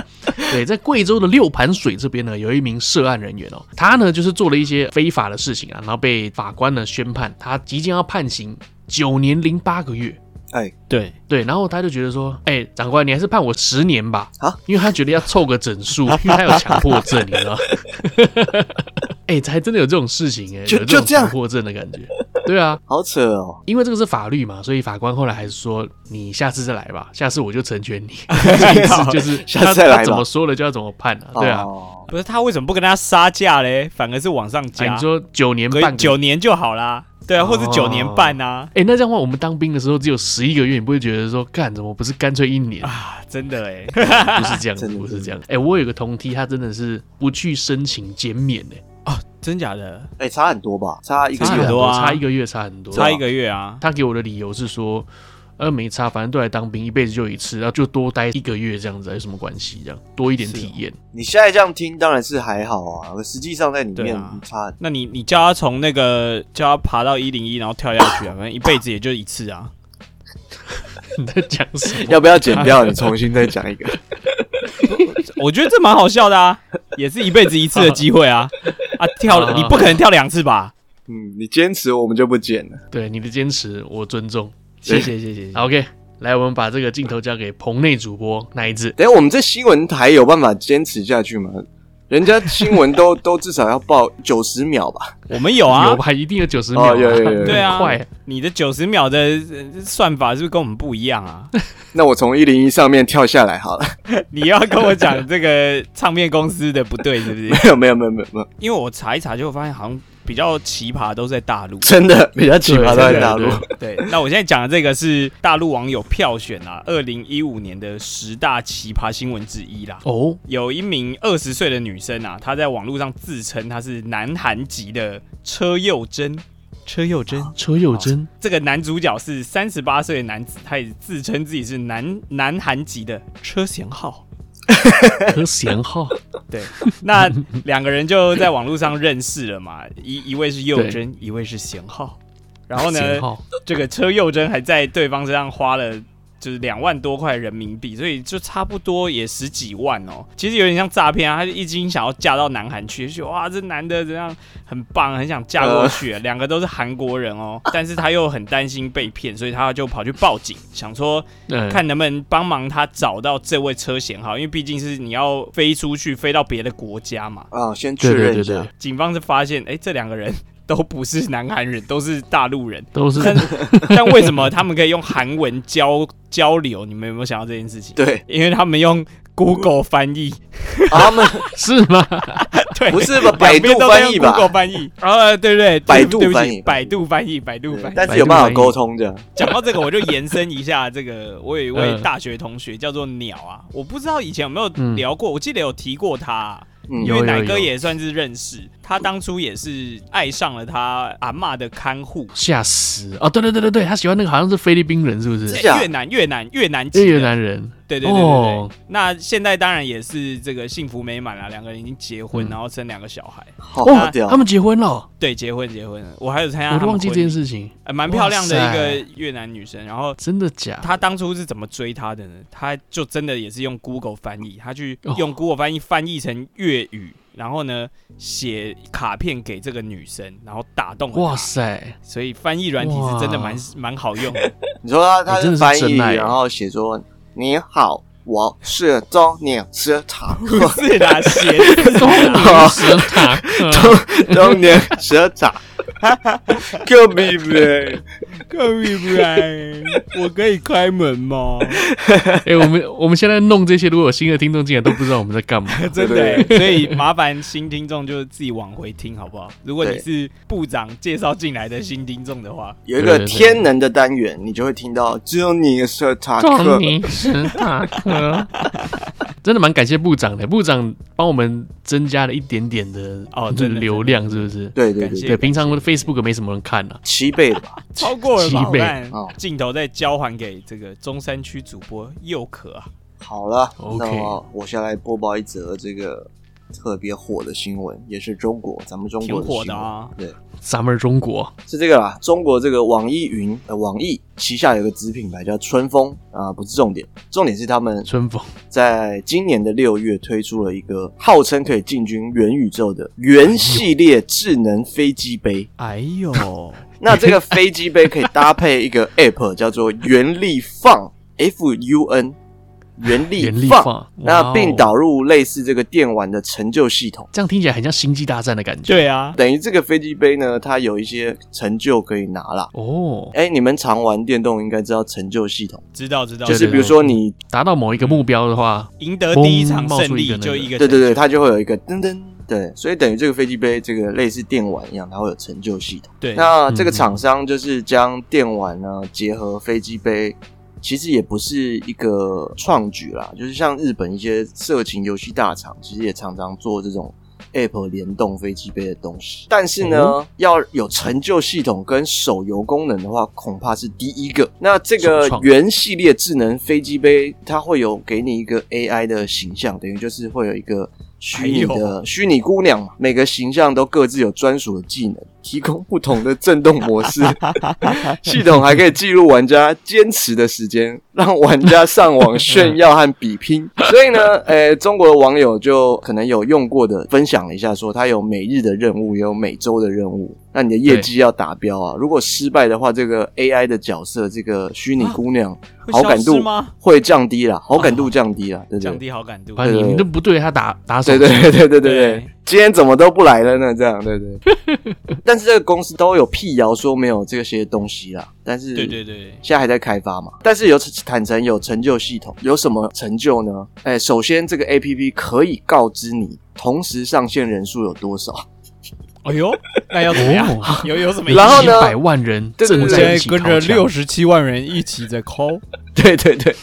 S2: 对，在贵州的六盘水这边呢，有一名涉案人员哦，他呢就是做了一些非法的事情啊，然后被法官呢宣判，他即将要判刑九年零八个月。
S3: 哎，
S1: 对，
S2: 对， [laughs] 然后他就觉得说，哎、长官，你还是判我十年吧，
S3: 啊
S2: 因为他觉得要凑个整
S3: [laughs]
S2: 数，因为他有强迫症，你知道吗？哎、还真的有这种事情哎、
S3: 就
S2: 有这
S3: 就
S2: 种
S3: 这样
S2: 强迫症的感觉。对啊，
S3: 好扯哦，
S2: 因为这个是法律嘛，所以法官后来还是说，你下次再来吧，下次我就成全你。意思
S1: [laughs]
S2: 就是
S3: 下次
S2: 他
S3: 再来吧
S2: 他怎么说了就要怎么判啊，对啊。
S3: 哦
S1: [laughs] 不是他为什么不跟他杀价嘞？反而是往上
S2: 啊、
S1: 加
S2: 你，说九年
S1: 可
S2: 半
S1: 以
S2: 个
S1: 九年就好啦。对啊，或者
S2: 哦
S1: 九年半啊，
S2: 哎、那这样的话，我们当兵的时候只有十一个月，你不会觉得说，干怎么不是干脆
S1: [laughs]
S2: 一年？
S1: 啊，真的
S2: [laughs]
S1: 哎，
S2: 不是这样子，
S3: 真的
S2: 不是这样。哎、我有个同梯，他真的是不去申请减免哎、
S1: 真假的，
S3: 哎，差很多吧，差一个
S1: 差
S3: 月
S1: 很
S3: 啊
S1: 多啊
S2: 差一个月差很多。
S1: 差一个月啊，
S2: 他给我的理由是说，呃，没差，反正都来当兵，一辈子就一次，然后就多待一个月这样子，有什么关系？这样多一点
S1: 是哦
S2: 体验。 [laughs]
S3: 你现在这样听当然是还好啊，可实际上在里
S1: 对
S3: 面
S1: 啊
S3: 差
S1: 那你你叫他从那个叫他爬到一零一，然后跳下去啊，反正一辈子也就一次 [laughs] 啊。
S2: 你在讲什么？ [laughs]
S3: 要不要剪掉？你重新再讲一个。
S1: 我觉得这蛮好笑的啊，也是一辈子一次的机会啊。啊，跳了你不可能跳两次吧？
S3: 嗯，你坚持我们就不剪了。
S2: 对你的坚持，我尊重。
S1: [laughs] 谢谢谢谢。
S2: 好 OK，来，我们把这个镜头交给棚内主播那一只。
S3: 等一下我们这新闻台有办法坚持下去吗？人家新闻都 [laughs] 都至少要报九十秒吧？
S1: 我们有
S2: 有
S1: 啊，
S2: 吧？一定有九十秒啊、
S3: 哦有有有有
S1: 对啊
S2: 很快。
S1: 你的九十秒的呃算法是不是跟我们不一样啊？ [laughs]
S3: 那我从一零一上面跳下来好了。 [laughs]
S1: 你要跟我讲这个唱片公司的不对是不是？
S3: 没有没有没有没有没有，
S1: 因为我查一查就发现好像比较奇葩都是在大陆。
S3: 真的比较奇葩都在大
S2: 对
S3: 陆。
S2: 对
S1: 对，那我现在讲的这个是大陆网友票选啊，二零一五年的十大奇葩新闻之一啦。
S2: 哦，
S1: 有一名二十岁的女生啊，她在网络上自称她是南韩籍的车佑珍。车佑珍，
S2: 车友
S3: [laughs]
S2: 真
S1: 这个男主角是三十八岁的男子，他也自称自己是南南韩籍的车贤浩。
S2: 和贤浩，
S1: 对，那两个人就在网络上认识了嘛，一一位是佑珍，一位是贤浩。然后呢
S2: 贤，浩
S1: 这个车佑珍还在对方身上花了就是两万多块人民币，所以就差不多也十几万哦。其实有点像诈骗啊，他就一心想要嫁到南韩去，就觉得哇这男的怎样很棒，很想嫁过去。啊两个都是韩国人哦，但是他又很担心被骗，所以他就跑去报警，想说
S2: 嗯，
S1: 看能不能帮忙他找到这位车险号，因为毕竟是你要飞出去，飞到别的国家嘛。
S3: 啊，先确
S2: 对对
S3: 认一
S2: 对
S3: 下
S2: 对，，
S1: 警方是发现，哎、这两个人都不是南韩人，都是大陆人。
S2: 都是
S1: 但 [laughs] 但为什么他们可以用韩文交交流？你们有没有想到这件事情？
S3: 对，
S1: 因为他们用 Google 翻译，
S3: 啊他们
S2: [laughs] 是吗？
S1: 对，
S3: [laughs] 不是吧
S1: 两
S3: 百
S1: 边
S3: 度
S1: 都在
S3: 翻译
S1: 用
S3: 吧
S1: Google 翻译，啊，对对对，
S3: 百度
S1: 对不起
S3: 翻译
S1: 百度翻译，百度翻译。
S3: 但是有办法沟通的，
S1: 讲到这个，我就延伸一下，这
S3: [laughs]
S1: 个我有一位
S2: 嗯
S1: 大学同学叫做鸟啊，我不知道以前有没有
S2: 嗯
S1: 聊过，我记得有提过他啊、
S3: 嗯
S1: 因为
S2: 有
S1: 奶哥也算是认识，他当初也是爱上了他阿嬷的看护，
S2: 吓死！哦，对对对对对，他喜欢那个好像是菲律宾人，是不是
S1: 是？
S3: 假
S1: 越南越南越南籍的
S2: 越南人，
S1: 对对对对对。
S2: 哦
S1: 那现在当然也是这个幸福美满了，两个人已经结婚，
S2: 嗯
S1: 然后生两个小孩，
S3: 好
S1: 哇
S3: 屌
S2: 哦他，们结婚了，
S1: 对，结婚结婚了。我还有参加啊
S2: 我
S1: 他
S2: 都
S1: 们
S2: 忘记这
S1: 婚礼
S2: 件，事情，
S1: 呃蛮漂亮的
S2: 哇
S1: 一
S2: 塞
S1: 个越南女生，然后
S2: 真的假？
S1: 他当初是怎么追她的呢？他就真的也是用 Google 翻译，他去
S2: 哦
S1: 用 Google 翻译翻译成粤语，然后呢写卡片给这个女生，然后打动了
S2: 哇
S1: 她。 [laughs]
S2: 塞，
S1: 所以翻译软体是真的蛮
S2: 哇
S1: 蛮好用
S2: [laughs]
S1: 的。
S3: 你说他他
S2: 你真的是
S3: 翻译，
S2: 真爱
S3: 然后写说你好，我是中年时长，
S1: 不是啦， [laughs] 写字
S2: 中
S1: 啦
S2: 年神塔
S3: [laughs]
S2: 克，
S3: 中年时长，哈哈哈救命！
S1: 可以不然我可以开门吗？
S2: 哎，我们我们现在弄这些，如果有新的听众进来都不知道我们在干嘛，
S1: [laughs] 真的
S3: 对
S1: 欸，所以麻烦新听众就是自己往回听好不好？如果你
S3: 对
S1: 是部长介绍进来的新听众的话，
S3: 有一个
S2: 对对对
S3: 天能的单元，你就会听到中年时长 [laughs]
S2: 中年神塔克，真的蛮感谢部长的，部长帮我们增加了一点点的
S1: 哦真的
S2: 就
S1: 真
S2: 是
S1: 的
S2: 流量，是不是？
S3: 对对
S1: 感
S3: 对
S1: 谢
S3: 对，
S2: 对，平常我的 Facebook 没什么人看啊，
S3: 七倍的吧？
S1: 超过了吧？
S2: 七
S1: 我
S2: 倍
S1: 看
S3: 哦
S1: 镜头再交还给这个中山区主播佑可啊，
S3: 好了
S2: OK
S3: 那么我先来播报一则这个特别火的新闻，也是中国咱们中
S1: 挺
S3: 国的
S1: 火
S3: 新
S1: 的
S3: 闻。
S1: 啊。
S3: 对，
S2: 咱们中国
S3: 是这个啦，中国这个网易云，呃，网易旗下有个子品牌叫春风啊、不是重点，重点是他们
S2: 春风
S3: 在今年的六月推出了一个号称可以进军元宇宙的元系列智能飞机杯。
S1: [laughs] 哎呦，
S3: [laughs] 那这个飞机杯可以搭配一个 [laughs] App 叫做原力放 F U N 原
S2: 原
S3: 力
S2: 力
S3: 放，
S2: 放，哇
S3: 那
S2: 哦
S3: 并导入类似这个电玩的成就系统。
S2: 这样听起来很像星际大战的感觉
S1: 对啊，
S3: 等于这个飞机杯呢，它有一些成就可以拿啦。
S2: 哦。
S3: 哎，你们常玩电动应该知道成就系统，
S1: 知道知道，
S2: 就
S3: 就是比如说你
S2: 达到某一个目
S1: 嗯
S2: 标的话，
S1: 赢得第一场
S2: 冒
S1: 胜
S2: 出一
S1: 利
S2: 个那
S1: 就
S2: 个
S1: 一个，
S3: 对对对，，它就会有一个噔噔，对，所以等于这个飞机杯这个类似电玩一样，它会有成就系统。
S1: 对，
S3: 那这个
S2: 嗯
S3: 厂商就是将电玩呢结合飞机杯，其实也不是一个创举啦，就是像日本一些色情游戏大厂，其实也常常做这种 App 联动飞机杯的东西。但是
S2: 嗯
S3: 呢，要有成就系统跟手游功能的话，恐怕是第一个。那这个
S2: 首创
S3: 原系列智能飞机杯，它会有给你一个 AI 的形象，等于就是会有一个。虚拟
S1: 哎
S3: 的虚拟姑娘嘛，每个形象都各自有专属的技能，提供不同的震动模式。系统还可以记录玩家坚持的时间，让玩家上网炫耀和比拼。所以呢，呃，中国的网友就可能有用过的分享了一下说它有每日的任务，也有每周的任务。那你的业绩要达标啊！如果失败的话，这个 AI 的角色，这个虚拟姑娘
S1: 会
S3: 好感
S1: 消失
S3: 度
S1: 吗？
S3: 会降低啦，好感度降低啦，对不
S1: 降
S3: 对？
S1: 低好感度，
S2: 把你
S3: 对
S2: 你都不对他打打
S3: [laughs]
S2: 手
S3: 对对对对对对对
S1: 对，
S3: 今天怎么都不来了呢？
S1: [laughs]
S3: 这样对对。但是这个公司都有辟谣说没有这些东西啦，但是
S1: 对对对，
S3: 现在还在开发嘛，但是有坦诚有成就系统，有什么成就呢？哎，首先这个 A P P 可以告知你同时上线人数有
S1: [laughs]
S3: 多少，
S1: 哎呦，那要怎么样？
S2: 哦
S1: [laughs] 有有什么意思？
S3: 然后
S2: 一
S3: 呢
S2: 百万人
S3: 对对
S2: 正
S3: 对
S2: 在一起烤枪
S1: 十七万人一起在 call，
S3: 对对对，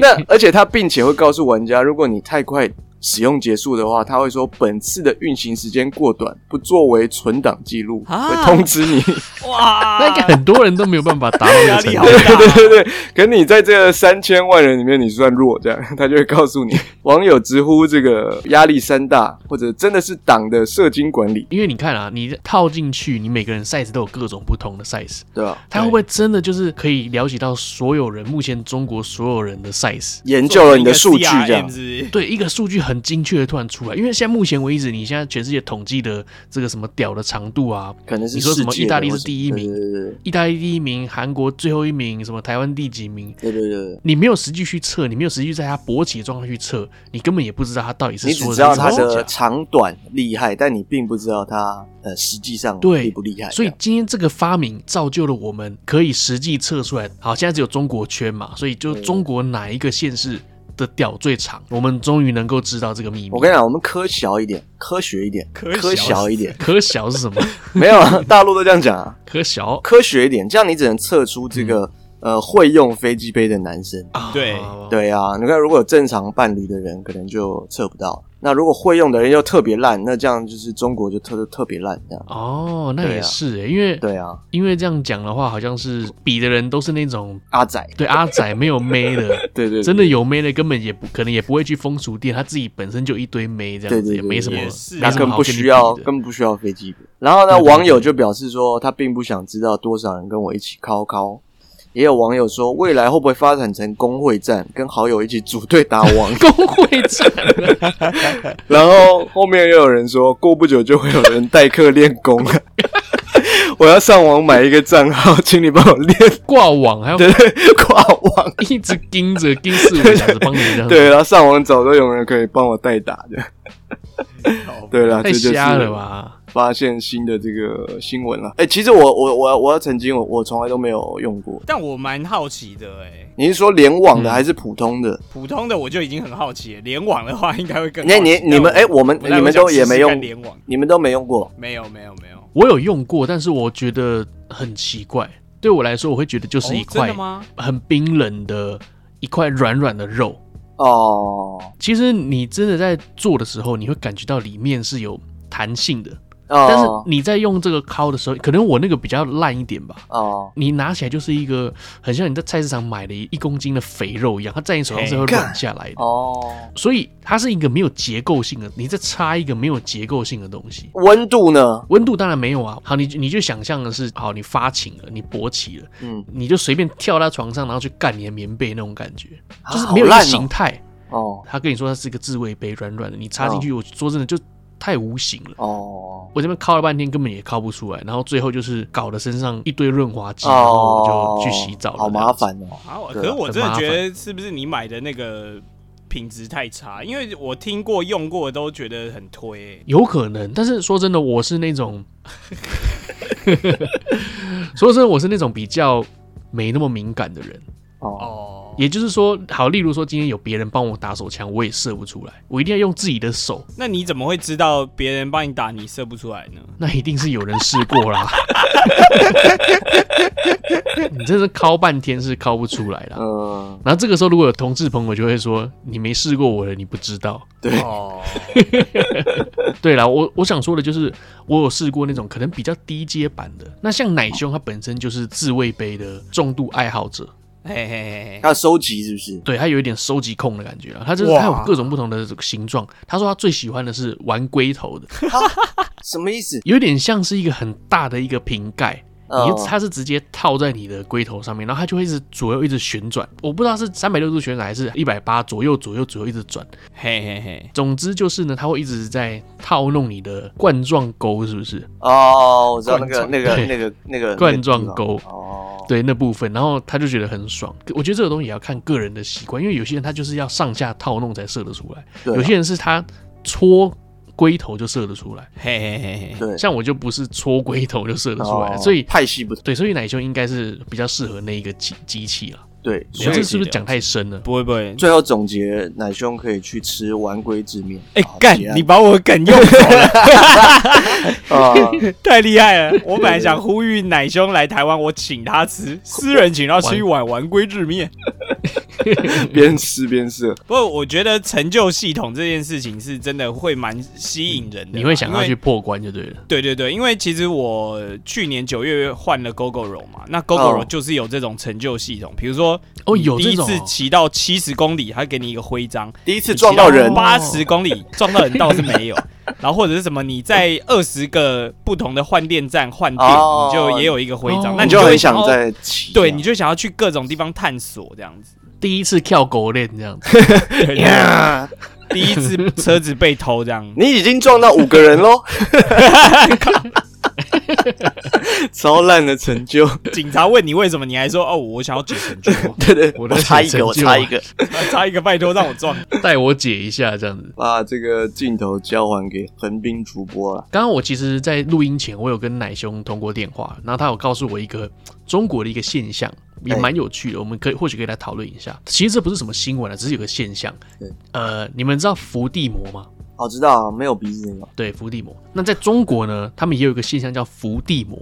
S3: 那而且它并且会告诉玩家，如果你太快使用结束的话，他会说本次的运行时间过短，不作为存档记录，
S1: 啊
S3: 会通知你。
S1: 哇，
S2: 那应该很多人都没有办法达到那
S1: 压
S2: 个程
S1: 力
S2: 度
S1: 好。大哦，
S3: 对对对，可你在这三千万人里面，你算弱，这样他就会告诉
S2: [laughs]
S3: 你。网友直呼这个压力山大，或者真的是党的社经管理，
S2: 因为你看啊，你套进去，你每个人 size 都有各种不同的 size，
S3: 对吧、
S2: 他会不会真的就是可以了解到所有人目前中国所有人的 size？
S3: 研究了你的数据，这
S1: CRM 是
S3: 样
S1: 不是
S2: 对，一个数据很精确的突然出来，因为现在目前为止，你现在全世界统计的这个什么屌的长度啊，
S3: 可能是
S2: 你说什么
S3: 世界的
S2: 意大利是第一名
S3: 或者对
S2: 意大利第一名，韩国最后一名，什么台湾第几名，
S3: 对对对对对对，
S2: 你没有实际去测，你没有实际在它勃起的状态去测，你根本也不知道它到底是
S3: 你只
S2: 说
S3: 知道他
S2: 是真
S3: 的
S2: 假
S3: 长短厉害，但你并不知道他呃实际上
S2: 对
S3: 厉不厉害。
S2: 所
S3: 这
S2: 以
S3: 样
S2: 今天这个发明造就了我们可以实际测出来。好，现在只有中国圈嘛，所以就中国哪一个县市的屌最长，我们终于能够知道这个秘密。，
S3: 我跟你讲，我们科小一点，科学一点，
S1: 科
S3: 科
S1: 小
S3: 小一点
S2: 科小是什么？ [laughs]
S3: 没有啊， [laughs] 大陆都这样讲啊，
S2: 科小
S3: 科学一点，这样你只能测出这个、
S2: 嗯
S3: 呃会用飞机杯的男生。
S2: 啊
S1: 对
S3: 对啊，你看，如果有正常伴侣的人，可能就测不到。那如果会用的人又特别烂，那这样就是中国就特特别烂这样。
S2: 哦，那
S3: 对啊
S2: 也是、欸，因为
S3: 对啊，
S2: 因为这样讲的话，好像是比的人都是那种
S3: 阿仔，。
S2: 对阿仔没有妹的
S3: 对对
S2: 真的有妹的，根本也不可能也不会去风俗店，他自己本身就一堆妹，这样
S3: 对
S2: 子
S3: 对对
S2: 也没什么，
S1: 也是啊
S2: 没
S3: 那
S2: 什么
S3: 更
S2: 好
S3: 不
S2: 跟你
S3: 需要，
S2: 比的
S3: 根本不需要飞机杯。然后呢，
S2: 对对对
S3: 网友就表示说，他并不想知道多少人跟我一起敲敲。也有网友说，未来会不会发展成工会战，跟好友一起组队打
S2: [laughs]
S3: 王？
S2: 工会战，
S3: 然后后面又有人说，过不久就会有人代课练
S2: [laughs]
S3: 功 [laughs] 了。我要上网买一个账号，请你帮我练，
S2: 挂网还要
S3: 对对， [laughs] 挂网。
S2: 一直盯着盯四五个小时，帮你这
S3: [laughs]
S2: 样
S3: 对，然啊后上网找都有人可以帮我代打的。对啦，这
S2: 太
S3: 就是
S2: 瞎了吧？
S3: 发现新的这个新闻了。哎、其实我我我我要曾经我我从来都没有用过。
S1: 但我蛮好奇的哎、
S3: 你是说联网的
S2: 嗯
S3: 还是普通的？
S1: 普通的我就已经很好奇了，联网的话应该会更好
S3: 那
S1: 奇。
S3: 你
S1: 但
S3: 你们哎、我们
S1: 不太
S3: 你们
S1: 会想
S3: 都也
S1: 试试
S3: 没用
S1: 看，联网，
S3: 你们都没用过。
S1: 没有没有没有，
S2: 我有用过，但是我觉得很奇怪。对我来说，我会觉得就是一
S1: 哦真
S2: 块
S1: 的吗？
S2: 很冰冷的、一块软软的肉。
S3: 哦
S2: 其实你真的在做的时候，你会感觉到里面是有弹性的，
S3: 哦，
S2: 但是你在用这个敲的时候，可能我那个比较烂一点吧。
S3: 哦，
S2: 你拿起来就是一个很像你在菜市场买的一公斤的肥肉一样，它在你手上
S3: 哎
S2: 是会软下来的。
S3: 哦，
S2: 所以它是一个没有结构性的，你再插一个没有结构性的东西。
S3: 温度呢？
S2: 温度当然没有啊，好，你你就想象的是，好，你发情了，你勃起了，
S3: 嗯，
S2: 你就随便跳到床上，然后去干你的棉被那种感觉，
S3: 啊
S2: 就是没有一
S3: 好
S2: 个
S3: 烂哦
S2: 形态。
S3: 哦
S2: 他跟你说它是一个自慰杯，软软的，你插进去，我说真的就太无形了。
S3: 哦
S2: 我这边敲了半天，根本也敲不出来，然后最后就是搞得身上一堆润滑剂，然后
S3: 哦，
S2: 我就去洗澡了。
S3: 好麻烦哦。
S1: 啊，我
S3: 对啊
S1: 可是我真的
S2: 很麻
S1: 觉得是不是你买的那个品质太差？因为我听过用过的都觉得很推欸、
S2: 有可能，但是说真的，我是那种， [laughs] 说真的，我是那种比较没那么敏感的人。
S3: 哦
S1: 哦，
S2: 也就是说，好，例如说今天有别人帮我打手枪，我也射不出来，我一定要用自己的手，
S1: 那你怎么会知道别人帮你打你射不出来呢？
S2: 那一定是有人试过
S3: [laughs]
S2: 啦。你真是敲半天是敲不出来啦。
S3: 嗯，
S2: 然后这个时候，如果有同志朋友就会说：“你没试过我的，你不知道。
S3: 对 [laughs]
S1: 哦，
S2: 对啦，我我想说的就是，我有试过那种可能比较低阶版的。那像奶兄，他本身就是自慰杯的重度爱好者，
S1: 嘿嘿嘿嘿，
S3: 要收集是不是？
S2: 对他有一点收集控的感觉啊。他就是
S1: 哇
S2: 他有各种不同的这个形状。他说他最喜欢的是玩龟头的， [laughs]
S3: 什么意思？
S2: 有点像是一个很大的一个瓶盖。
S3: 哦
S2: 你就它是直接套在你的龟头上面，然后它就会一直左右一直旋转，我不知道是三百六十度旋转还是一百八左右左右左右一直转。
S1: 嘿嘿嘿，
S2: 总之就是呢，它会一直在套弄你的冠状沟，是不是？
S3: 哦，我知道那个
S2: 冠状
S3: 那个
S2: 对
S3: 那个那个
S2: 冠状沟
S3: 哦，
S2: 对那部分，然后他就觉得很爽。我觉得这个东西也要看个人的习惯，因为有些人他就是要上下套弄才射得出来，
S3: 对啊
S2: 有些人是他搓龟头就射得出来，
S1: 嘿嘿嘿嘿，
S3: 对，
S2: 像我就不是搓龟头就射得出来，
S3: 哦
S2: 所以
S3: 派系不同。
S2: 对，所以奶兄应该是比较适合那一个机机器了。
S3: 对，
S2: 你
S3: 所
S2: 看
S3: 以
S2: 这是不是讲太深了？
S1: 不会不会，
S3: 最后总结，奶兄可以去吃丸龟之面。
S1: 哎
S3: 好啊
S1: 干，
S3: 结案
S1: 你把我的梗用走了，
S3: 啊，
S1: 太厉害了！我本来想呼吁奶兄来台湾，我请他吃，私人请他吃一碗丸龟制面。
S3: 边吃边
S2: [laughs]
S3: 射。
S1: 不过我觉得成就系统这件事情是真的会蛮吸引人的啦，
S3: 啊
S2: 你会想要
S1: 因为
S2: 去破关就对了。
S1: 对对对，因为其实我去年九月换了 GoGoRo 嘛，那 GoGoRo
S3: 哦
S1: 就是有这种成就系统，比如说
S2: 哦，
S1: 你
S2: 有
S1: 第
S2: 这
S1: 一
S2: 种
S1: 次
S2: 哦
S1: 骑到七十公里，它给你一个徽章；
S3: 第一次撞到人，
S2: 哦
S1: 八十公
S3: [laughs]
S1: 里撞到人倒是没有，然后或者是什么你在二十个不同的换电站换电，
S3: 哦
S1: 你就也有一个徽章，
S2: 哦
S1: 那
S3: 你
S1: 就
S3: 就
S1: 会
S3: 很想
S1: 要。
S3: 再骑啊。
S1: 对，你就想要去各种地方探索这
S3: [laughs]
S1: 样子。
S2: 第一次跳狗链这样子，
S1: 对对对
S3: 呀，
S1: 第一次车子被偷这样，
S3: [laughs] [laughs]
S1: [laughs]
S3: 你已经撞到五个人喽， [laughs] 超烂的成就。
S1: 警察问你为什么，你还说哦，我想要解成就，
S3: [laughs] 对对，
S2: 我
S3: 我
S2: 的
S3: 插一
S2: 成就啊
S3: 个，我插一个，
S1: 差一个拜托让我撞。
S2: 带我解一下这样子。
S3: 把这个镜头交还给横滨主播啊了。
S2: 刚刚我其实，在录音前，我有跟奶兄通过电话，然后他有告诉我一个中国的一个现象，也蛮有趣的，我们可以或许可以来讨论一下。其实这不是什么新闻了，啊只是有个现象
S3: 对。
S2: 呃，你们知道伏地魔吗？
S3: 好，知道啊没有鼻子那个
S2: 对，伏地魔。那在中国呢，他们也有一个现象叫伏地魔，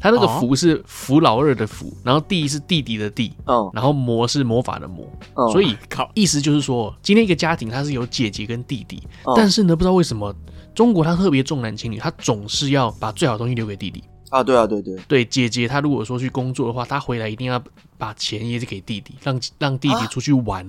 S2: 他那个
S1: 哦
S2: 伏是扶老二的伏，然后地是弟弟的弟，
S3: 嗯
S2: 然后魔是魔法的魔。
S3: 嗯，
S2: 所以
S1: 靠
S2: 意思就是说，今天一个家庭他是有姐姐跟弟弟，
S1: 哦
S3: 嗯
S2: 但是呢，不知道为什么中国他特别重男轻女，他总是要把最好的东西留给弟弟。
S3: 啊，对啊，对对，
S2: 对姐姐，她如果说去工作的话，她回来一定要把钱也是给弟弟，让让弟弟
S3: 啊
S2: 出去玩，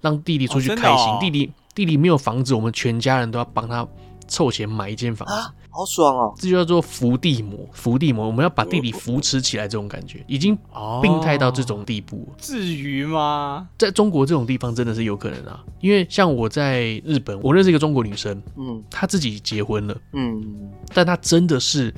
S2: 让弟弟出
S1: 哦
S2: 去
S1: 真的
S2: 开心。
S1: 哦
S2: 弟弟弟弟没有房子，我们全家人都要帮他凑钱买一间房子。
S1: 啊
S3: 好爽哦。
S2: 这就叫做伏地魔，伏地魔，我们要把弟弟扶持起来，这种感觉已经
S1: 哦
S2: 病态到这种地步了。
S1: 至于吗？
S2: 在中国这种地方真的是有可能啊，因为像我在日本，我认识一个中国女生，
S3: 嗯
S2: 她自己结婚了，
S3: 嗯，
S2: 但她真的是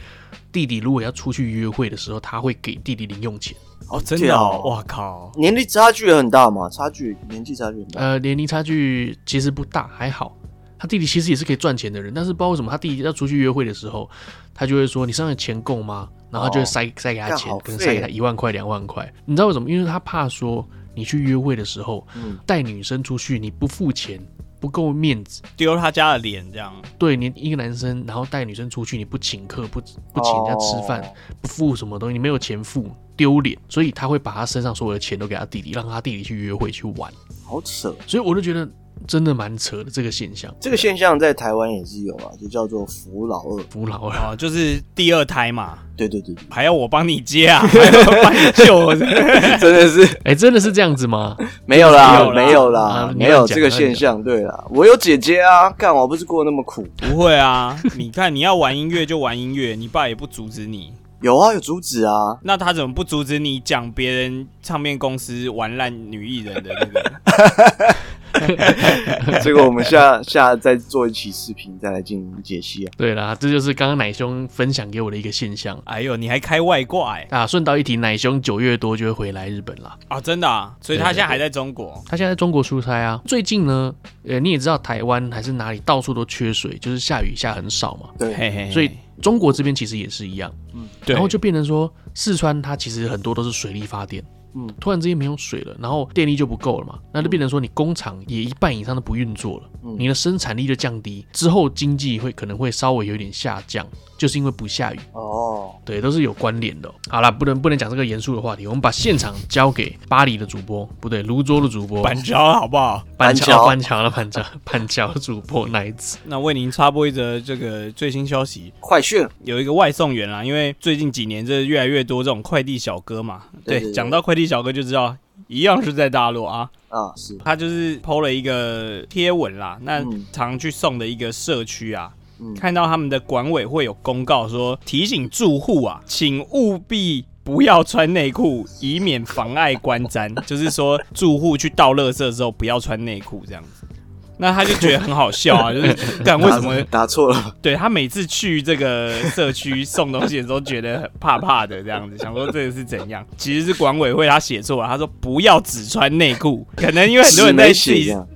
S2: 弟弟如果要出去约会的时候，她会给弟弟零用钱，
S1: 哦，真的哦，哇靠！
S3: 年龄差距也很大嘛，差距年纪差距很大。
S2: 呃，年龄差距其实不大，还好。她弟弟其实也是可以赚钱的人，但是不知道为什么她弟弟要出去约会的时候，她就会说：“你身上有钱够吗？”然后她就会
S3: 哦
S2: 塞、塞给他
S3: 干
S2: 钱
S3: 好，
S2: 可能
S3: 废
S2: 塞给他
S3: 哦
S2: 一万块、两万块。你知道为什么？因为她怕说你去约会的时候
S3: 嗯，
S2: 带女生出去你不付钱，不够面子，
S1: 丢他家的脸这样，
S2: 对你一个男生，然后带女生出去，你不请客，不不请人家吃饭，
S3: 哦
S2: 不付什么东西，你没有钱付，丢脸，所以他会把他身上所有的钱都给他弟弟，让他弟弟去约会去玩。
S3: 好扯。
S2: 所以我就觉得真的蛮扯的这个现象，
S3: 这个现象在台湾也是有啊，就叫做扶老二。
S2: 扶老二。
S1: 哦，就是第二胎嘛，
S3: 对对对对，
S1: 还要我帮你接啊，还要我帮你救我，
S3: 真的是
S2: [laughs] 哎、真的是这样子吗？
S3: 没有啦，
S1: 没
S3: 没
S1: 有
S3: 有
S2: 啊
S3: 啦，
S2: 你
S3: 没有
S2: 乱讲
S3: 这个现象。对啦，我有姐姐啊，干我不是过得那么苦？
S1: 不会啊，你看你要玩音乐就玩音乐，你爸也不阻止你，
S3: 有啊，有阻止
S1: [laughs]
S3: 啊，
S1: 那他怎么不阻止你讲别人唱片公司玩烂女艺人的那个？
S3: 这个我们下 [laughs] 下再做一期视频再来进行解析啊。
S2: 对啦，这就是刚刚奶兄分享给我的一个现象
S1: 哎呦，你还开外挂哎、
S2: 啊。顺道一提，奶兄九月多就会回来日本啦。
S1: 啊，真的啊，所以他现在还在中国。
S2: 他现在在中国出差啊。最近呢，呃，你也知道台湾还是哪里到处都缺水，就是下雨下很少嘛。
S3: 对，
S1: 嘿嘿嘿，
S2: 所以中国这边其实也是一样，
S1: 对
S2: 然后就变成说，四川它其实很多都是水力发电，
S3: 嗯
S2: 突然之间没有水了，然后电力就不够了嘛，那就变成说你工厂也一半以上都不运作了，
S3: 嗯
S2: 你的生产力就降低，之后经济会可能会稍微有点下降，就是因为不下雨，
S3: 哦，
S2: 对，都是有关联的哦、好啦，不能不能讲这个严肃的话题，我们把现场交给巴黎的主播，不对，泸州的主播，
S1: 板桥好不好？
S2: 板
S3: 板
S2: 桥
S3: 桥
S2: 板桥了板桥板桥的主播奶子，
S1: 那为您插播一则这个最新消息，
S3: 快炫，
S1: 有一个外送员啦，因为最近几年这越来越多这种快递小哥嘛。对，
S3: 对对
S1: 讲到快递小哥就知道，一样是在大陆啊。
S3: 啊，是，
S1: 他就是 PO 了一个贴文啦，那
S3: 嗯
S1: 常去送的一个社区啊，
S3: 嗯
S1: 看到他们的管委会有公告说，提醒住户啊，请务必。不要穿内裤，以免妨碍观瞻。 [laughs] 就是说，住户去倒垃圾的时候不要穿内裤这样子。那他就觉得很好笑啊，
S3: [laughs]
S1: 就是干为什么
S3: 打错
S1: [laughs]
S3: 了？
S1: 对他每次去这个社区送东西的时候，觉得很怕怕的这样子，想说这个是怎样？其实是管委会他写错了，他说不要只穿内裤，可能因为很多人在自
S3: 写这
S1: 己
S3: 样，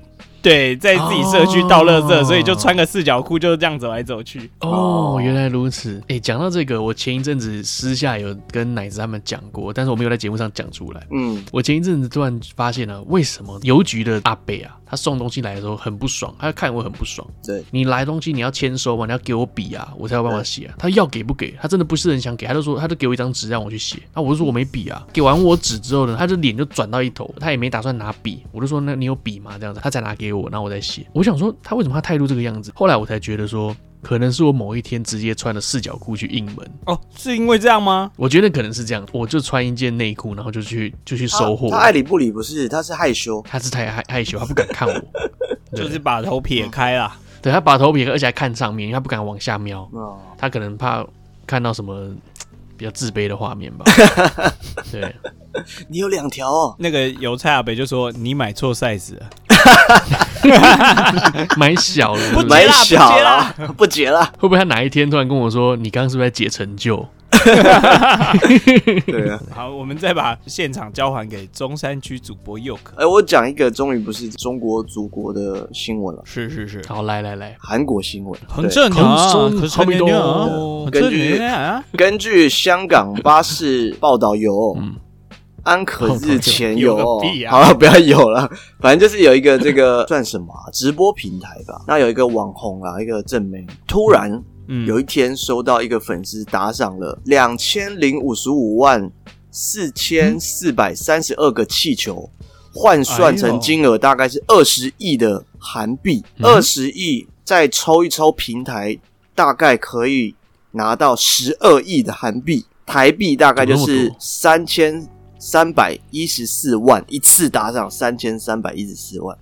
S1: 对在自己社区倒垃圾，
S2: 哦
S1: 所以就穿个四角裤就这样走来走去。
S2: 哦，
S3: 哦
S2: 原来如此。哎，讲到这个，我前一阵子私下有跟奶子他们讲过，但是我没有在节目上讲出来。
S3: 嗯，
S2: 我前一阵子突然发现了，为什么邮局的阿贝啊，他送东西来的时候很不爽，他看我很不爽。
S3: 对，
S2: 你来东西你要签收嘛，你要给我笔啊，我才有办法写啊。他要给不给？他真的不是很想给，他就说他就给我一张纸让我去写。那我就说我没笔啊。给完我纸之后呢，他就脸就转到一头，他也没打算拿笔。我就说那你有笔吗？这样子，他才拿给我，然后我再写。我想说他为什么他态度这个样 [laughs] 子？后来我才觉得说，可能是我某一天直接穿了四角裤去应门，
S1: 哦，是因为这样吗？
S2: 我觉得可能是这样，我就穿一件内裤，然后就去就去收货
S3: 他。爱理不理不是，他是害羞。
S2: 他是太害害羞，他不敢看
S3: [laughs]
S2: 我，对
S1: 就是把头撇开啊啦。
S2: 对他把头撇开，而且还看上面，因为他不敢往下瞄。
S3: 哦，
S2: 他可能怕看到什么比较自卑的画面吧。对，
S3: 你有两条哦，
S1: 那个邮差阿北就说：“你买错 size 了。
S2: 蛮小的，对不对
S3: 蛮
S1: 啦
S3: 小啦，
S1: 啊
S3: [laughs] 不结啦。
S2: 会不会他哪一天突然跟我说：“你刚刚是不是在解成就
S3: 对啊，”
S1: [laughs] 好，我们再把现场交还给中山区主播佑可。
S3: [laughs] 哎，我讲一个终于不是中国祖国的新闻了，
S1: 是是是？”，
S2: 好，来来来，
S3: 韩国新闻。
S1: 很
S3: 对
S1: 正常啊，
S2: 很正
S1: 可是很正常啊
S2: 对
S1: 很正
S3: 根据
S1: 常啊。
S3: 根据香港巴士报道有，
S2: 嗯
S3: 安可日前有
S1: 有
S3: 哦
S1: 个屁，啊
S3: 好了，不要有了，反正就是有一个这个算什么啊、直播平台吧，那有一个网红啊，一个正妹，突然
S1: 嗯
S3: 有一天收到一个粉丝打赏了两千零五十五万四千四百三十二个气球，换算
S1: 哎呦
S3: 成金额大概是二十亿的韩币，
S2: 嗯
S3: 二十亿再抽一抽平台，大概可以拿到十二亿的韩币，台币大概就
S2: 怎么那么
S3: 是
S2: 多
S3: 三千三百一十四万，一次打赏三千三百一十四万。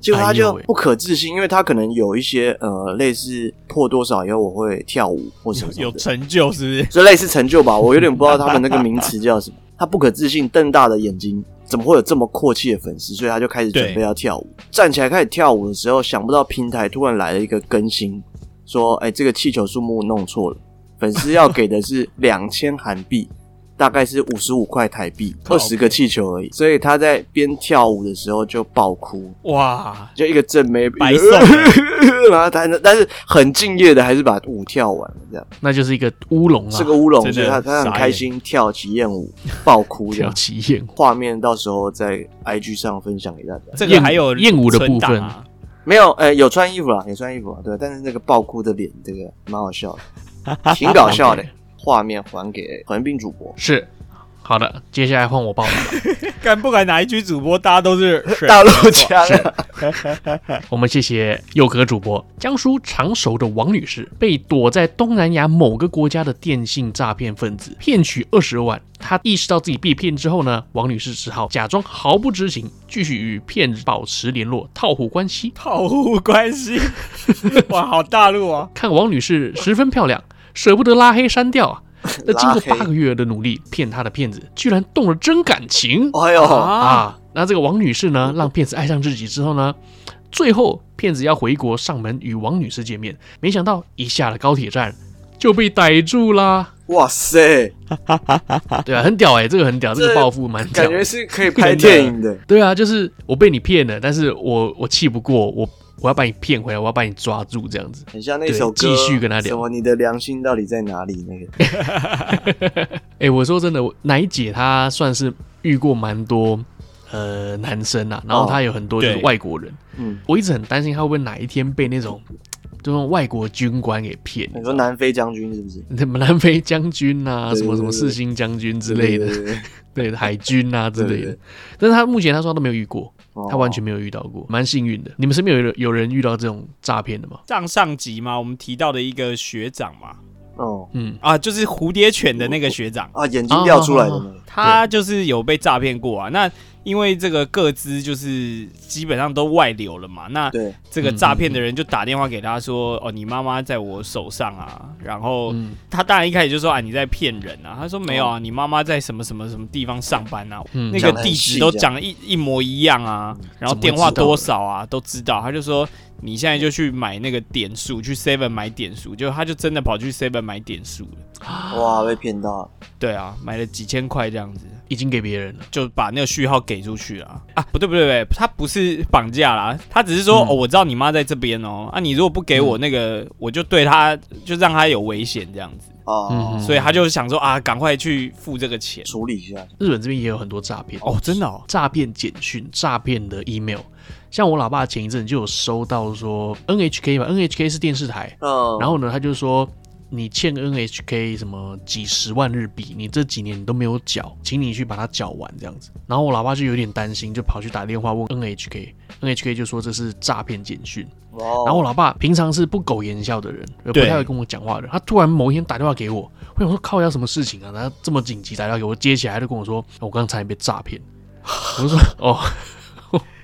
S3: 结果他
S2: 哎
S3: 就
S2: 呦喂
S3: 不可置信，因为他可能有一些呃类似破多少以后我会跳舞或什么什么
S1: 有
S3: 的
S1: 成就是不是？
S3: 这类似成就吧，我有点不知道他们那个名词叫什么。他不可置信瞪大的眼睛，怎么会有这么阔气的粉丝？所以他就开始准备要跳舞，站起来开始跳舞的时候，想不到平台突然来了一个更新，说：“哎，这个气球数目弄错了，粉丝要给的是两千韩币。”大概是五十五块台币，
S1: 靠
S3: 二十个气球而已，所以他在边跳舞的时候就爆哭，
S1: 哇，
S3: 就一个正妹
S1: 白送了
S3: [laughs] 然后他但是很敬业的，还是把舞跳完了这样。
S2: 那就是一个乌龙
S3: 是个
S2: 啊，
S3: 乌龙，
S1: 真的
S3: 所以他他很开心跳起艳舞，爆哭这
S2: 挑
S3: 样。
S2: 起艳舞。
S3: 画面到时候在 IG 上分享给大家。
S1: [laughs] 这个还有
S2: 艳舞的部分
S1: 存档啊 [laughs]
S3: 没有，呃，有穿衣服啦，有穿衣服啦，对，但是那个爆哭的脸，这个蛮好笑的，挺搞笑的
S2: OK。
S3: 画面还给横滨主播，
S2: 是好的，接下来换我报道。
S1: 敢不敢哪一区主播，大家都是水
S3: 大陆腔啊，
S2: 我们谢谢佑可主播。江苏常熟的王女士被躲在东南亚某个国家的电信诈骗分子骗取二十万，她意识到自己被骗之后呢，王女士只好假装毫不知情，继续与骗子保持联络，套虎关系。
S1: 套户关 [laughs] 系，哇，好大陆啊！
S2: 看王女士十分漂亮，舍不得拉黑删掉啊。那经
S3: 拉
S2: 过
S3: 黑
S2: 八个月的努力，骗她的骗子居然动了真感情。
S3: 哎呦，
S1: 啊，
S2: 啊，那这个王女士呢，让骗子爱上自己之后呢，最后骗子要回国上门与王女士见面，没想到一下了高铁站就被逮住
S3: [laughs]
S2: 啦。
S3: 哇塞，
S2: 对啊，很屌哎、这个很屌，这
S3: 这
S2: 个报复蛮屌
S3: 感
S2: 的。
S3: 觉是可以拍电影的，
S2: 对啊，就是我被你骗了，但是我我气不过，我我要把你骗回来，我要把你抓住这样子。
S3: 很像那首歌。
S2: 对继续跟他聊
S3: 什么？你的良心到底在哪里？那个
S2: 哎、我说真的，我奶姐她算是遇过蛮多呃男生啊，然后
S3: 哦
S2: 她有很多就是
S1: 对
S2: 外国人，
S3: 嗯，
S2: 我一直很担心她会不会哪一天被那种这种外国军官给骗。
S3: 你说南非将军是不是？
S2: 什么 [laughs] 南非将军呐、
S3: 对
S2: 什么什么
S3: 对对
S2: 四星将军之类的，
S3: 对，对对对
S2: 对海军呐、之类
S3: [laughs] 对
S2: 的
S3: 对。
S2: 但是他目前他说他都没有遇过，
S3: 哦
S2: [laughs] 他完全没有遇到过，蛮幸运的。你们身边有人有人遇到这种诈骗的吗？
S1: 上上集嘛，我们提到的一个学长嘛，
S3: 哦
S2: 嗯，
S1: 啊，就是蝴蝶犬的那个学长，
S3: 啊，眼睛掉出来的
S2: 哦
S3: 那个，
S1: 他就是有被诈骗过啊。那因为这个个资就是基本上都外流了嘛，
S2: 哦
S1: 那
S3: 对，
S1: 这个诈骗的人就打电话给他说：“哦，你妈妈在我手上啊。”然后
S2: 嗯
S1: 他当然一开始就说：“啊，你在骗人啊。”他说：“没有啊，你妈妈在什么什么什么地方上班啊，
S2: 嗯
S1: 那
S3: 嗯讲
S1: 个
S3: 嗯得很
S1: 地
S3: 细
S1: 址都
S3: 这样
S1: 讲的一一模一样啊，然后电话多少啊都知道。”他就说：“你现在就去买那个点数，去 Seven 买点数。”就他就真的跑去 Seven 买点数了。
S3: 哇，被骗到了，
S1: 对啊，买了几千块这样子。
S2: 已经给别人了。
S1: 就把那个序号给出去了啊！不对不对不对，他不是绑架啦，他只是说、哦，我知道你妈在这边哦，啊，你如果不给我那个，我就对他就让他有危险这样子，
S3: 哦，
S2: 嗯
S1: 所以他就想说啊，赶快去付这个钱
S3: 处理一下，
S2: 日本这边也有很多诈骗
S1: 哦，真的哦，
S2: 诈骗简讯、诈骗的 email，像我老爸前一阵就有收到说 NHK 吧，NHK 是电视台，
S3: 嗯，
S2: 然后呢，他就说你欠 NHK 什么几十万日币，你这几年你都没有缴，请你去把它缴完这样子。然后我老爸就有点担心，就跑去打电话问 NHK，NHK 就说这是诈骗简讯。
S3: 后
S2: 然后我老爸平常是不苟言笑的人，呃不
S1: 对
S2: 太会跟我讲话的人，他突然某一天打电话给我，我想说靠，要什么事情啊？他这么紧急打电话给我，接起来他就跟我说，我刚才被诈骗。我就说 [laughs] 哦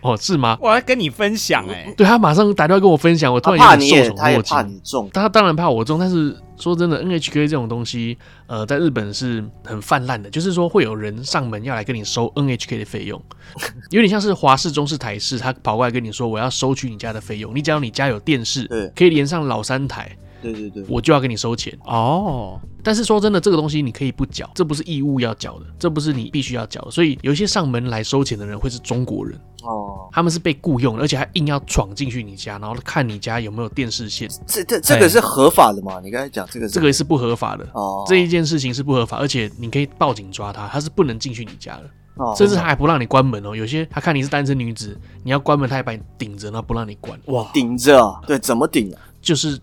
S2: 哦 [laughs] 是吗？
S1: 我要跟你分享哎、
S2: 对他马上打电话跟我分享，我
S3: 他
S2: 突然
S3: 怕
S2: 有
S3: 你
S2: 点
S3: 也，
S2: 受
S3: 他
S2: 宠
S3: 也
S2: 若惊
S3: 怕。你中，
S2: 他当然怕我中，但是说真的，NHK 这种东西，呃，在日本是很泛滥的，就是说会有人上门要来跟你收 NHK 的费用， [laughs] 有点像是华视、中视、台视，他跑过来跟你说我要收取你家的费用，你只要你家有电视
S3: 对，
S2: 可以连上老三台，
S3: 对对对，
S2: 我就要跟你收钱。
S1: 哦，
S2: 但是说真的，这个东西你可以不缴，这不是义务要缴的，这不是你必须要缴的，所以有一些上门来收钱的人会是中国人，
S3: 哦，
S2: 他们是被雇佣的，而且还硬要闯进去你家，然后看你家有没有电视线，
S3: 这这这个是合法的嘛？你刚才讲这个是
S2: 哎这个是不合法的。
S3: 哦，
S2: 这一件事情是不合法，而且你可以报警抓他，他是不能进去你家的，
S3: 哦
S2: 甚至他还不让你关门哦。有些他看你是单身女子，你要关门，他也把你顶着，然后不让你关，
S1: 哇，
S3: 顶着啊，对，怎么顶啊？
S2: 就是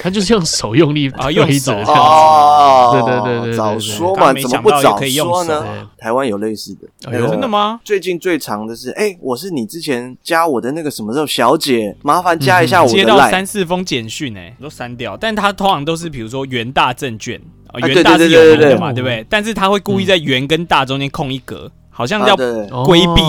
S2: 他就是用手用力
S1: [laughs] 啊用
S2: 推
S1: 手
S2: 着这样子。
S3: 哦，
S2: [laughs] 对对对对对对
S3: 早说
S1: 刚
S3: 嘛，
S1: 刚没
S3: 怎么
S1: 想
S3: 不
S1: 到也
S3: 早
S1: 可以用
S3: 说
S1: 手
S3: 呢？
S2: 对
S3: 台湾有类似的，
S2: 哎
S3: 那
S2: 呦
S3: 个
S1: 真的吗？
S3: 最近最长的是，哎、我是你之前加我的那个什么时候小姐，麻烦加一
S2: 嗯
S3: 下我的
S1: 接到
S3: 赖、
S1: 三四封简讯哎、都删掉，但他通常都是比如说元大证券，呃、
S3: 啊
S1: 元大是有名的嘛，
S2: 对对对对对
S1: 对不对？但是他会故意在元跟大中间空一格，好像
S3: 啊，
S1: 要
S3: 对，
S2: 哦
S1: 规避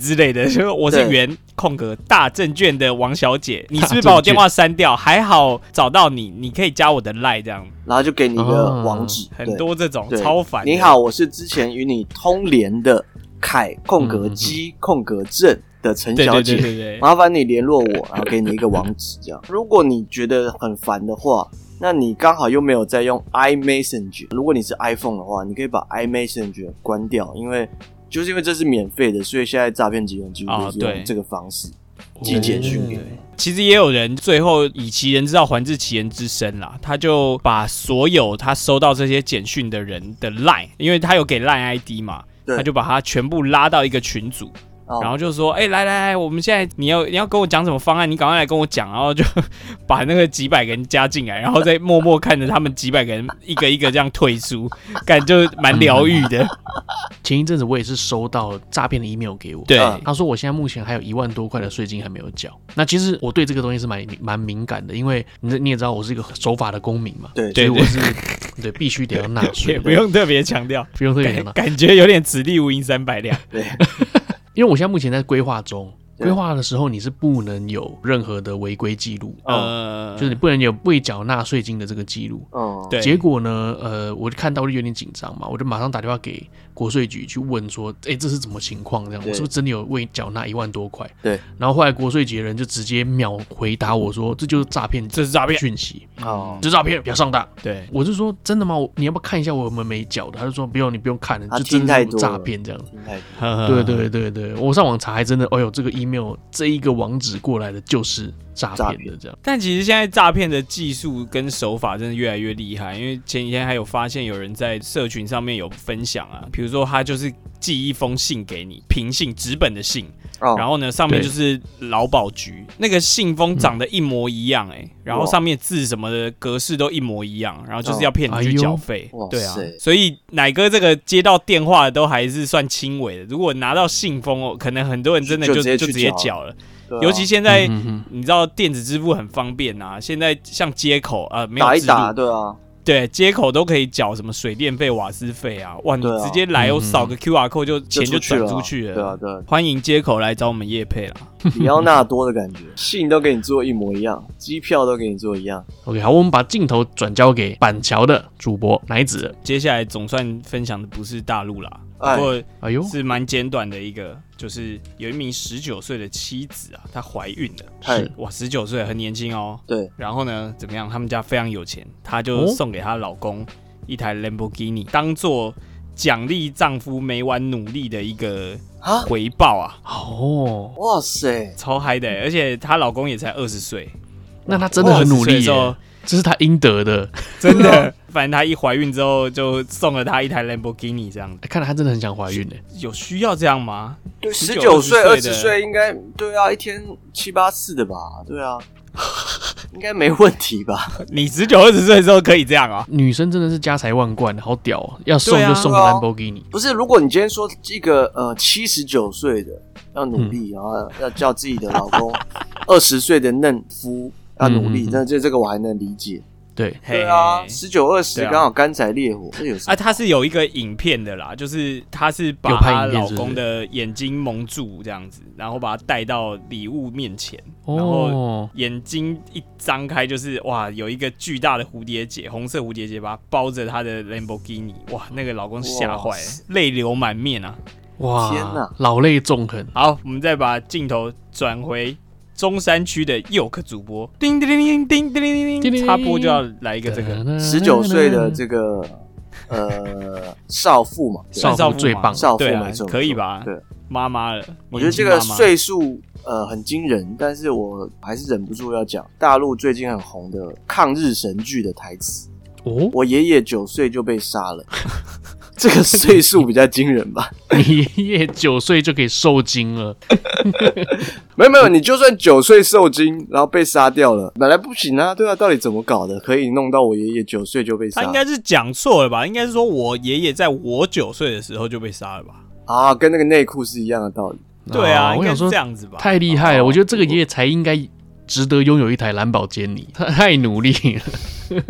S1: 之类的， [laughs] 就是我是
S3: 对
S1: 原空格大证券的王小姐，你是不
S2: 大证
S1: 是
S2: 券
S1: 把我电话删掉？还好找到你，你可以加我的 line 这样，
S3: 然后就给你一个
S2: 哦
S3: 网址，
S1: 很
S3: 对
S1: 多这种
S3: 对
S1: 超烦。
S3: 你，好，我是之前与你通联的凯空格基空格正的陈
S1: 对
S3: 小
S1: 对
S3: 姐，
S1: 嗯对对对，
S3: 麻烦你联络我，然后给你一个网址，这样。如果你觉得很烦的话，那你刚好又没有在用 iMessage，如果你是 iPhone 的话，你可以把 iMessage 关掉，因为就是因为这是免费的，所以现在诈骗集团几乎
S1: 啊
S3: 都是
S1: 对
S3: 用这个方式
S1: 哦
S3: 寄简讯给你。
S1: 其实也有人最后以其人之道还治其人之身啦，他就把所有他收到这些简讯的人的 line，因为他有给 line ID 嘛，
S3: 对
S1: 他就把他全部拉到一个群组，
S3: 哦
S1: 然后就说：“哎、来来来，我们现在你要你要跟我讲什么方案，你赶快来跟我讲。”然后就 [laughs] 把那个几百个人加进来，然后再默默看着他们几百个人一个一个这样退出，感觉蛮疗愈的。
S2: 嗯前一阵子我也是收到诈骗的 email 给我，
S1: 对，
S3: 嗯
S2: 他说我现在目前还有一万多块的税金还没有缴。那其实我对这个东西是蛮蛮敏感的，因为你你也知道我是一个守法的公民嘛，
S3: 对
S2: 所以
S1: 对
S2: 我是对必须得要纳
S1: [laughs]
S2: 税
S1: 也
S2: 的，
S1: 不用特别强调，
S2: [laughs] 不用特别讲了
S1: 感感觉有点此地无银三百两。
S3: 对，
S2: 因为我现在目前在规划中，
S3: 对
S2: 规划的时候你是不能有任何的违规记录，
S1: 呃，
S2: 哦就是你不能有未缴纳税金的这个记录。
S3: 嗯，
S1: 对
S2: 结果呢，呃，我就看到我就有点紧张嘛，我就马上打电话给国税局去问说，哎，这是怎么情况？这样
S3: 对
S2: 我是不是真的有未缴纳一万多块？
S3: 对。
S2: 然后后来国税局的人就直接秒回答我说，这就是诈骗，
S1: 这是诈骗
S2: 讯息，
S1: 嗯
S3: 哦，
S2: 这是诈骗，不要上当。
S1: 对，
S2: 我就说真的吗？我你要不要看一下我有没有没缴的？他就说不用，你不用看了，
S3: 他
S2: 就真
S3: 听
S2: 的
S3: 太
S2: 是
S3: 多了
S2: 诈骗这样子。
S3: 听太多
S2: 对对对对，我上网查还真的，哎呦，这个 email 这一个网址过来的就是诈
S3: 诈
S2: 骗的这样。
S1: 但其实现在诈骗的技术跟手法真的越来越厉害，因为前几天还有发现有人在社群上面有分享啊，比如说他就是寄一封信给你，平信纸本的信，
S3: 哦，
S1: 然后呢上面
S2: 对嗯
S1: 就是劳保局那个信封长得一模一样哎、然后
S3: 哇哦
S1: 上面字什么的格式都一模一样，然后就是要骗你
S2: 哎
S1: 去
S2: 呦
S1: 缴费
S3: 哇，
S1: 对啊
S3: 塞，
S1: 所以奶哥这个接到电话都还是算轻微的，如果拿到信封哦，可能很多人真的
S3: 就
S1: 就
S3: 直接去
S1: 直接
S3: 缴
S1: 缴了，
S3: 对啊
S1: 尤其现在。
S2: 嗯哼
S1: 你知道电子支付很方便啊，现在像街口啊、呃没有
S3: 打一
S1: 制度
S3: 打，对啊，
S1: 对，街口都可以缴什么水电费、瓦斯费啊，哇，你
S3: 对啊
S1: 直接来，
S2: 嗯
S1: 我扫个 QR code 就钱就
S3: 就出
S1: 转
S3: 了啊，
S1: 出去了。
S3: 对啊，对啊，
S1: 欢迎街口来找我们叶配啦。
S3: 里奥纳多的
S1: [laughs]
S3: 感觉，信都给你做一模一样，机票都给你做一样，
S2: OK，好，我们把镜头转交给板桥的主播奶子。
S1: 接下来总算分享的不是大陆啦，
S3: 哎
S1: 不过
S2: 哎呦，
S1: 是蛮简短的一个，就是有一名十九岁的妻子啊，她怀孕了，
S3: 太
S1: 哇，十九岁很年轻哦。
S3: 对，
S1: 然后呢，怎么样？他们家非常有钱，她就
S2: 哦
S1: 送给她老公一台 Lamborghini，当做奖励丈夫每晚努力的一个
S3: 啊
S1: 回报啊，
S2: 哦，
S3: 哇塞，
S2: 嗯
S1: 超嗨的欸、而且她老公也才二十岁，
S2: 那他真的很努
S1: 20岁的
S2: 力
S1: 时
S2: 耶
S1: 候。
S2: 这是他应得的。
S1: 真的。 [laughs] 反正她一怀孕之后，就送了她一台 Lamborghini 这样子。
S2: 哎看来他真的很想怀孕呢、
S1: 有需要这样吗？
S3: 对，十
S1: 19
S3: 九岁、二
S1: 20岁的
S3: 十岁应该对啊，一天七八次的吧？
S1: [laughs]
S3: 对啊，应该没问题吧？
S1: 你十九二十岁的时候可以这样啊？
S2: 女生真的是家财万贯，好屌、哦！要送
S1: 对啊
S2: 就送
S3: 对啊
S2: Lamborghini，、
S3: 不是，如果你今天说一个呃七十九岁的要努
S1: 嗯
S3: 力，然后要叫自己的老公 [laughs] 二十岁的嫩夫要努力
S2: 嗯嗯嗯，
S3: 那这这个我还能理解。
S2: 对，
S3: 对啊，
S1: 嘿
S3: 十九二十
S1: 对啊
S3: 刚好干柴烈火，这有什
S1: 啊，
S3: 么？
S1: 她是有一个影片的啦，就是她是把
S2: 有拍
S1: 她
S2: 影片
S1: 老
S2: 是不是
S1: 公的眼睛蒙住这样子，然后把她带到礼物面前，然后
S2: 哦，
S1: 眼睛一张开就是哇，有一个巨大的蝴蝶结，红色蝴蝶结把它包着她的 Lamborghini，哇，那个老公吓坏
S3: 哇
S1: 了，泪流满面啊。
S2: 哇，
S3: 天哪
S2: 老泪纵横，
S1: 好，我们再把镜头转回中山区的 Yoke 主播，叮叮叮叮叮叮叮
S2: 叮
S1: 叮，
S2: 叮
S1: 插播就要来一个这个，
S3: 十九岁
S1: 嗯
S3: 的这个呃少妇嘛，对
S2: 少妇
S1: 算嘛
S2: 最棒
S3: 少妇
S1: 对啊
S3: 没错，
S1: 可以吧？
S3: 对，
S1: 妈妈了，
S3: 我觉得这
S1: 年
S3: 个
S1: 轻妈妈
S3: 岁数呃很惊人，但是我还是忍不住要讲大陆最近很红的抗日神剧的台词：“
S2: 哦，
S3: 我爷爷九岁就被杀了。” [laughs] 这个岁数比较惊人吧？
S2: 你爷爷九岁就可以受精了，
S3: 没有没有，你就算九岁受精，然后被杀掉了，本来不行啊，对啊，到底怎么搞的，可以弄到我爷爷九岁就被
S1: 他
S3: 杀
S1: 应？该是讲错了吧？应该是说我爷爷在我九岁的时候就被杀了吧？
S3: 啊，跟那个内裤是一样的道理。
S1: 对啊，
S2: 哦
S1: 应
S2: 我
S1: 该
S2: 想
S1: 是
S2: 说
S1: 这样子吧？
S2: 太厉害了，
S3: 哦
S2: 我觉得这个爷爷才应该值得拥有一台蓝宝坚尼， [laughs] 他太努力了。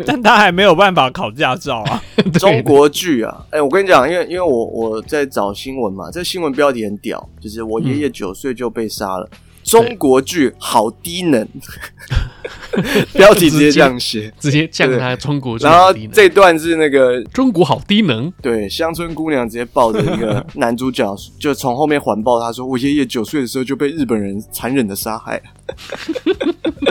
S1: 但他还没有办法考驾照啊。
S2: 对
S3: 中国剧啊，哎、我跟你讲，因为因为我我在找新闻嘛，这新闻标题很屌，就是我爷爷九岁就被杀
S2: 嗯
S3: 了。中国剧好低能， [laughs] 标题直接这样
S2: [laughs]
S3: 写。
S2: 直接降他中国最
S3: 然后
S2: 低能，
S3: 这段是那个
S2: 中国好低能，
S3: 对乡村姑娘直接抱着一个男主角，就从后面环抱他说：“我爷爷九岁的时候就被日本人残忍的杀害。” [laughs]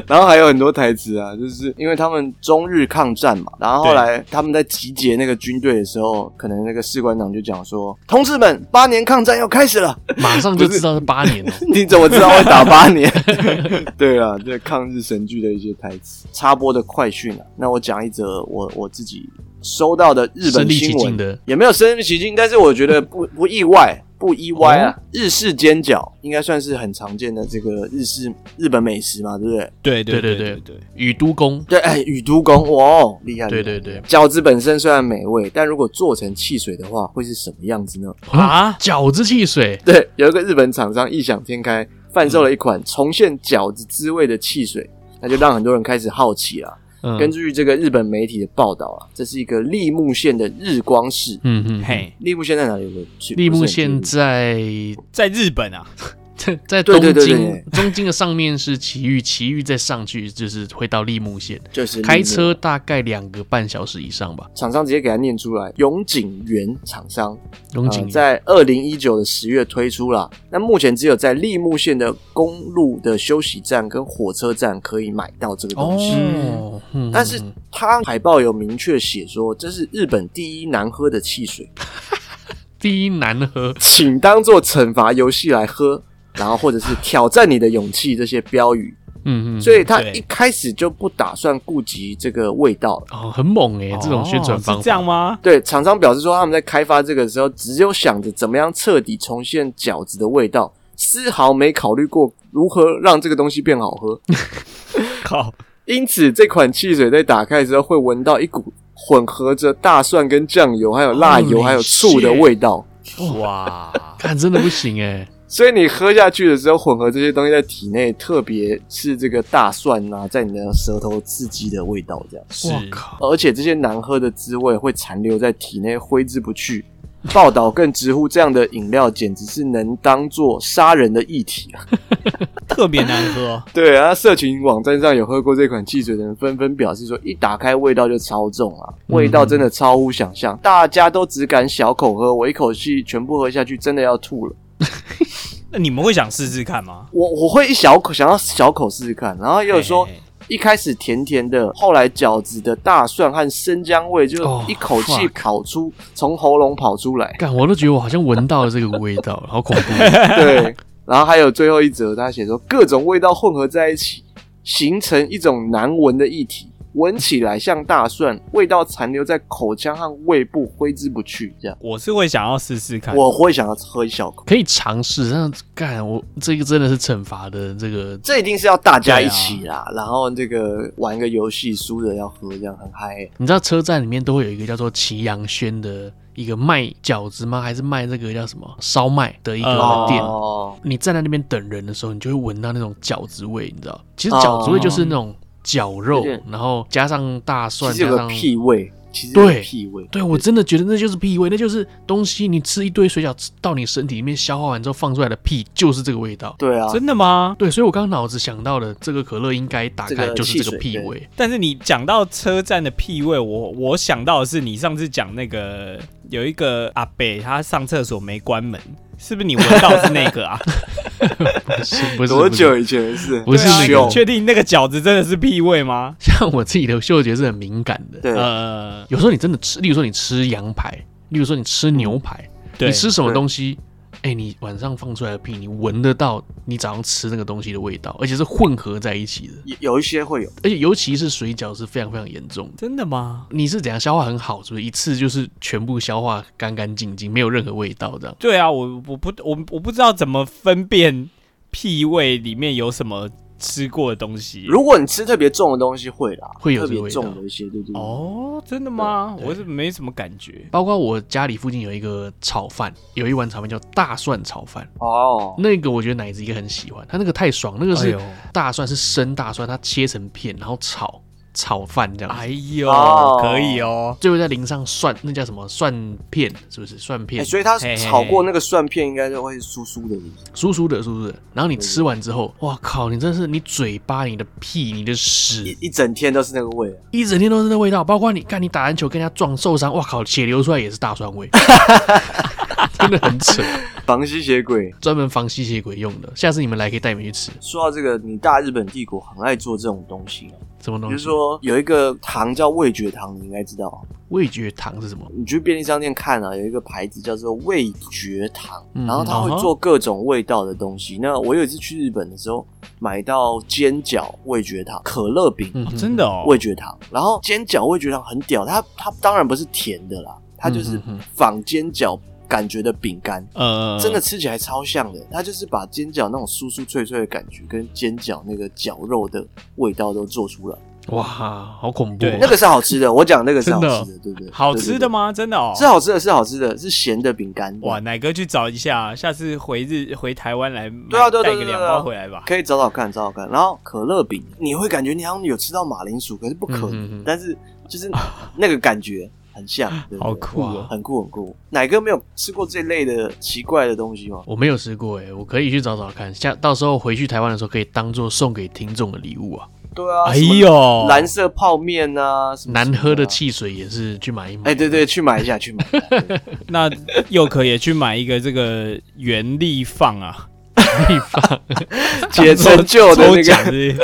S3: 然后还有很多台词啊，就是因为他们中日抗战嘛，然后后来他们在集结那个军队的时候，可能那个士官长就讲说：“同志们，八年抗战要开始了， [laughs]
S2: 马上就知道是八年了。
S3: 你怎么知道会打八年？” [laughs] 对啊，这抗日神剧的一些台词，插播的快讯啊。那我讲一则我我自己收到的日
S2: 身
S3: 本
S2: 临其
S3: 新
S2: 境
S3: 闻啊
S2: 的
S3: 也没有身临其境，但是我觉得不不意外，不意外啊。
S2: 哦
S3: 日式煎饺应该算是很常见的这个日式日本美食嘛，对不对？
S1: 对
S2: 对
S1: 对
S2: 对
S1: 对，
S2: 宇都宫，
S3: 对，哎，宇都宫，哇、哦，厉害！
S2: 对
S3: 厉害
S2: 对对，
S3: 饺子本身虽然美味，但如果做成汽水的话，会是什么样子呢？ [laughs]
S1: 啊
S2: 饺子汽水，
S3: 对，有一个日本厂商异想天开，贩售了一款重现饺子滋味的汽水，那就让很多人开始好奇啦。
S2: 嗯
S3: 根据这个日本媒体的报道啊，这是一个立木县的日光市。
S2: 嗯嗯，嘿，
S1: 嘿，
S3: 立木县在哪里？我去
S2: 立木县
S3: 不是很清楚
S2: 在 [laughs]
S1: 在日本啊，
S2: 在在
S3: 对对
S2: 东
S3: 对
S2: 京，东京的上面是埼玉，埼玉再上去就是会到立木县，
S3: 就是立木
S2: 开车大概两个半小时以上吧。
S3: 厂商直接给他念出来，永井源厂商，
S2: 龙井
S3: 呃、在二零一九的十月推出了。那目前只有在立木县的公路的休息站跟火车站可以买到这个东西。
S2: 哦，嗯
S3: 但是
S2: 嗯嗯
S3: 它海报有明确写说，这是日本第一难喝的汽水，
S2: 第一难喝，
S3: 请当做惩罚游戏来喝，然后或者是挑战你的勇气这些标语。
S2: 嗯嗯，
S3: 所以它
S1: 对
S3: 一开始就不打算顾及这个味道了。
S2: 哦很猛哎，这种宣传
S1: 哦
S2: 方
S1: 是这
S2: 法
S1: 样吗？
S3: 对，厂商表示说，他们在开发这个的时候，只有想着怎么样彻底重现饺子的味道，丝毫没考虑过如何让这个东西变好喝。
S1: 靠，
S3: 因此，这款汽水在打开的时候会闻到一股混合着大蒜跟酱油、还有辣油、
S2: Holy
S3: 还有醋的
S2: shit，
S3: 味道。
S1: 哇
S2: 看真的不
S3: [laughs]
S2: 行哎，
S3: 所以你喝下去的时候，混合这些东西在体内，特别是这个大蒜啊，在你的舌头刺激的味道，这样。
S1: 是
S2: 我靠，
S3: 而且这些难喝的滋味会残留在体内，挥之不去。报道更直呼这样的饮料简直是能当做杀人的液体啊！
S1: 特别难喝，
S3: 对啊，社群网站上有喝过这款汽水的人纷纷表示说，一打开味道就超重啊，味道真的超乎想象，大家都只敢小口喝，我一口气全部喝下去，真的要吐了。
S1: 那你们会想试试看吗？
S3: 我我会一小口想要小口试试看，然后也有说
S1: 嘿嘿嘿
S3: 一开始甜甜的，后来饺子的大蒜和生姜味就
S2: 哦
S3: 一口气
S2: fuck
S3: 跑出，从喉咙跑出来。
S2: 干我都觉得我好像闻到了这个味道，好恐
S3: [laughs]
S2: 怖。 [laughs]
S3: 对，然后还有最后一则，他写说各种味道混合在一起，形成一种难闻的液体。闻起来像大蒜，味道残留在口腔和胃部，挥之不去。这样，
S1: 我是会想要试试看。
S3: 我会想要喝一小口。
S2: 可以尝试，但是干我这个真的是惩罚的这个
S3: 这一定是要大家一起啦，然后这个玩个游戏，输的要喝，这样很嗨、欸。
S2: 你知道车站里面都会有一个叫做祁阳轩的一个卖饺子吗？还是卖这个叫什么烧麦的一个
S1: 哦
S2: 店？
S3: 哦，
S2: 你站在那边等人的时候，你就会闻到那种饺子味，你知道？其实饺子味就是那种绞肉
S3: 有点，
S2: 然后加上大
S3: 其
S2: 蒜，
S3: 实
S2: 加
S3: 有个
S2: 上
S3: 屁味，其实有个
S2: 对
S3: 屁味。
S2: 对我真的觉得那就是屁味，那就是东西你吃一堆水饺吃到你身体里面消化完之后放出来的屁就是这个味道。
S3: 对啊，
S1: 真的吗？
S2: 对，所以我刚刚脑子想到的这个可乐应该打
S3: 这
S2: 开
S3: 个
S2: 就是
S3: 汽
S2: 这个
S3: 水
S2: 屁
S3: 对
S2: 味，
S1: 但是你讲到车站的屁味，我我想到的是你上次讲那个有一个阿北，他上厕所没关门，是不是你闻到是那个啊？
S2: 不是不是
S3: 多
S2: 不是
S3: 久以前的事？
S2: 不是
S1: 对啊
S2: 那
S1: 你
S2: 个
S1: 确定那个饺子真的是屁味吗？
S2: 像我自己的嗅觉是很敏感的。
S3: 对，
S1: 呃，
S2: 有时候你真的吃，例如说你吃羊排，例如说你吃牛排，
S1: 对，
S2: 你吃什么
S3: 对
S2: 东西，哎、你晚上放出来的屁，你闻得到你早上吃那个东西的味道，而且是混合在一起的，
S3: 有有一些会有，
S2: 而且尤其是水饺是非常非常严重的。
S1: 真的吗？
S2: 你是怎样消化很好，是不是一次就是全部消化干干净净，没有任何味道这样？
S1: 对啊，我我不我我不知道怎么分辨屁味里面有什么吃过的东西。
S3: 如果你吃特别重的东西会啦，
S2: 会有
S3: 特
S2: 这个
S3: 别
S2: 味道
S3: 重的一些，对对对。
S1: 哦，真的吗？
S2: 对
S1: 我是没什么感觉。
S2: 包括我家里附近有一个炒饭，有一碗炒饭叫大蒜炒饭，
S3: 哦，
S2: 那个我觉得奶子一个很喜欢，它那个太爽，那个
S1: 哎
S2: 是
S1: 呦
S2: 大蒜是生大蒜，它切成片然后炒炒饭这样子。
S1: 哎呦，
S3: 哦
S1: 可以哦。
S2: 最后再淋上蒜，那叫什么蒜片？是不是蒜
S3: 哎、
S2: 片？
S3: 所以它
S1: 嘿嘿嘿
S3: 炒过那个蒜片，应该就会酥酥的。
S2: 酥酥的，酥酥的。然后你吃完之后，哇靠！你真是你嘴巴、你的屁、你的
S3: 一
S2: 屎，
S3: 一整天都是那个味、啊，
S2: 一整天都是那味道。包括你看你打篮球跟人家撞受伤，哇靠！血流出来也是大蒜
S3: [laughs]
S2: 味，真的很扯，
S3: 防吸血鬼。
S2: 专门防吸血鬼用的。下次你们来可以带你们去吃
S3: 说到这个，你大日本帝国很爱做这种东西、啊，
S2: 什么
S3: 比
S2: 东
S3: 如
S2: 西？
S3: 说有一个糖叫味觉糖，你应该知道啊、
S2: 味觉糖是什么？
S3: 你去便利商店看啊，有一个牌子叫做味觉糖，
S2: 嗯
S3: 然后它
S1: 嗯
S3: 会
S1: 哼
S3: 做各种味道的东西。那我有一次去日本的时候，买到煎饺味觉糖、可乐饼
S2: 嗯
S1: 哦真的哦，
S3: 味觉糖，然后煎饺味觉糖很屌，它它当然不是甜的啦，它就是
S2: 嗯嗯嗯
S3: 仿煎饺感觉的饼干。
S1: 呃，
S3: 真的吃起来超像的，它就是把煎饺那种酥酥脆脆的感觉跟煎饺那个绞肉的味道都做出来，
S2: 哇，好恐怖、哦
S1: 对
S3: 那个是好吃的。我讲那个是好
S2: 真的哦
S3: 吃的，对不对？
S1: 好吃的
S3: 吗？
S1: 吗？真的哦，
S3: 是好啊吃的，是好吃的，是咸的饼干。
S1: 哇，奶哥去找一下，下次回日回台湾来买，
S3: 对啊对啊对啊
S1: 带个
S3: 对
S1: 两
S3: 啊对啊
S1: 包回来吧。
S3: 可以找找看，找找看。然后可乐饼，你会感觉你好像有吃到马铃薯，可是不可能，
S2: 嗯嗯嗯
S3: 但是就是那个感觉很像，对不对
S1: 好酷
S2: 哇
S1: 哦！
S3: 很酷很酷。奶哥没有吃过这类的奇怪的东西吗？
S2: 我没有吃过哎、我可以去找找看，下到时候回去台湾的时候可以当做送给听众的礼物啊。
S3: 对啊，
S1: 哎
S3: 什么
S1: 呦，
S3: 蓝色泡面啊，什么
S2: 难喝
S3: 什
S2: 的
S3: 么啊。
S2: 汽水也是去买一买。
S3: 哎，对对，去买一下，去买一下。对
S1: 那佑可也去买一个这个原力放啊，
S2: 地方，
S3: [laughs] 解成就的
S1: [laughs] 抽
S3: 那
S1: 奖
S3: 个，
S1: 是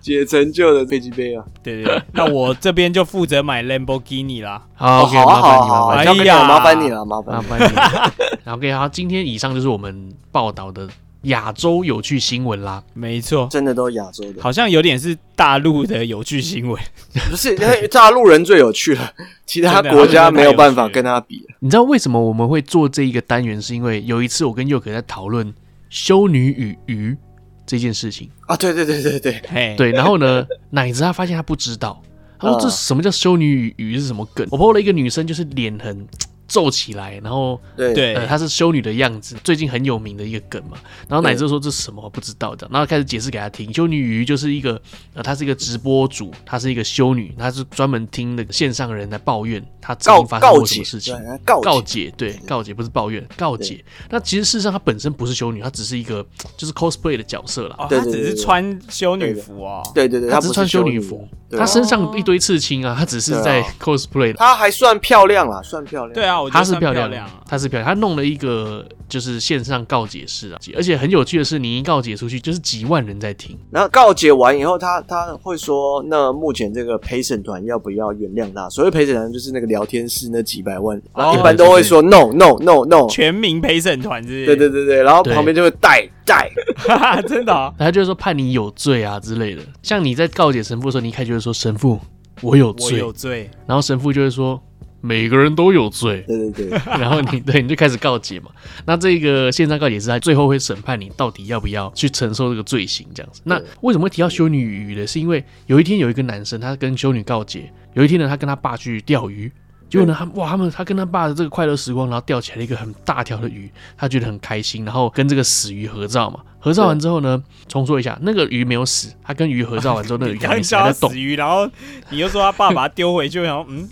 S3: 解成就的飞机杯啊！
S1: 对对对。 [laughs] 那我这边就负责买 Lamborghini 啦。
S3: 哦
S2: 好，OK，
S3: 好啊
S2: 麻
S3: 好
S2: 烦
S3: 啊
S2: 你，
S1: 哎
S3: 好啊，交
S2: 麻烦你，
S3: 给你
S1: 呀
S3: 了，麻烦你了，麻烦
S2: 麻
S3: 你。
S2: 烦你。OK，好，今天以上就是我们报道的亚洲有趣新闻啦。
S1: 没错，
S3: 真的都是亚洲的，
S1: 好像有点是大陆的有趣新闻。 [laughs]
S3: 不是因为大陆人最有趣了，其他
S1: 真的
S3: 国家没有办
S1: 他
S3: 法
S1: 们真
S3: 跟他比。
S2: 你知道为什么我们会做这一个单元？是因为有一次我跟佑可在讨论修女与鱼这件事情。
S3: 啊，对对对对对，
S1: 嘿，，
S2: 对，然后呢， [laughs] 奶子他发现他不知道，他说
S3: 嗯
S2: 这什么叫修女与鱼是什么梗？我碰了一个女生，就是脸很皱起来，然后
S3: 对
S1: 对
S2: 呃，她是修女的样子，最近很有名的一个梗嘛。然后奶
S3: 对
S2: 子就说这是什么不知道的，然后开始解释给她听。修女鱼就是一个，呃，她是一个直播主，她是一个修女，她是专门听那个线上人来抱怨她曾
S3: 告
S2: 经发生
S3: 告
S2: 过什
S3: 解
S2: 么事情。
S3: 对告
S2: 告
S3: 解，
S2: 解，对，告解不是抱怨，告解。那其实事实上，她本身不是修女，她只是一个就是 cosplay 的角色啦。
S1: 哦，
S3: 对
S1: 他
S3: 对对
S1: 只是穿修女服哦。
S3: 对对对，
S2: 她
S3: 他
S2: 只
S3: 不是
S2: 是穿修
S3: 修
S2: 女
S3: 服
S2: 服，，
S3: 对
S2: 她身上一堆刺青啊，她只是
S3: 对
S2: 在
S3: 啊
S2: cosplay 的。
S3: 他还算漂亮啦，算漂亮。
S1: 对，啊，我觉
S2: 她
S1: 得
S2: 是
S1: 算
S2: 漂
S1: 漂
S2: 亮的，她是漂亮，她弄了一个就是线上告解式啊，而且很有趣的是，你一告解出去，就是几万人在听，
S3: 然后告解完以后，他他会说，那目前这个陪审团要不要原谅他？所谓陪审团就是那个聊天室那几百
S2: 哦
S3: 万，然后一般都会说 no no no no。
S1: 全民陪审团是？
S3: 对对，对对，然后
S2: 对
S3: 旁边就会带带，
S1: 哈哈， [laughs] 真的哦。
S2: 啊然后她就说判你有罪啊之类的。像你在告解神父的时候，你一开始就会说神父，我有
S1: 我
S2: 罪。
S1: 有罪，
S2: 然后神父就会说，每个人都有罪。
S3: 对对对，
S2: 然后你对你就开始告解嘛。那这个线上告解是他最后会审判你到底要不要去承受这个罪行这样子。那为什么会提到修女鱼呢？是因为有一天有一个男生他跟修女告解，有一天呢他跟他爸去钓鱼。结果呢，他哇，他们他跟他爸的这个快乐时光，然后钓起来了一个很大条的鱼，他觉得很开心，然后跟这个死鱼合照嘛。合照完之后呢，重说一下，那个鱼没有死，他跟鱼合照完之后，那个
S1: 你
S2: 鱼还
S1: 刚
S2: 没死
S1: 叫
S2: 还
S1: 他
S2: 在动
S1: 死。鱼，然后你又说他爸把他丢回去，我想说嗯，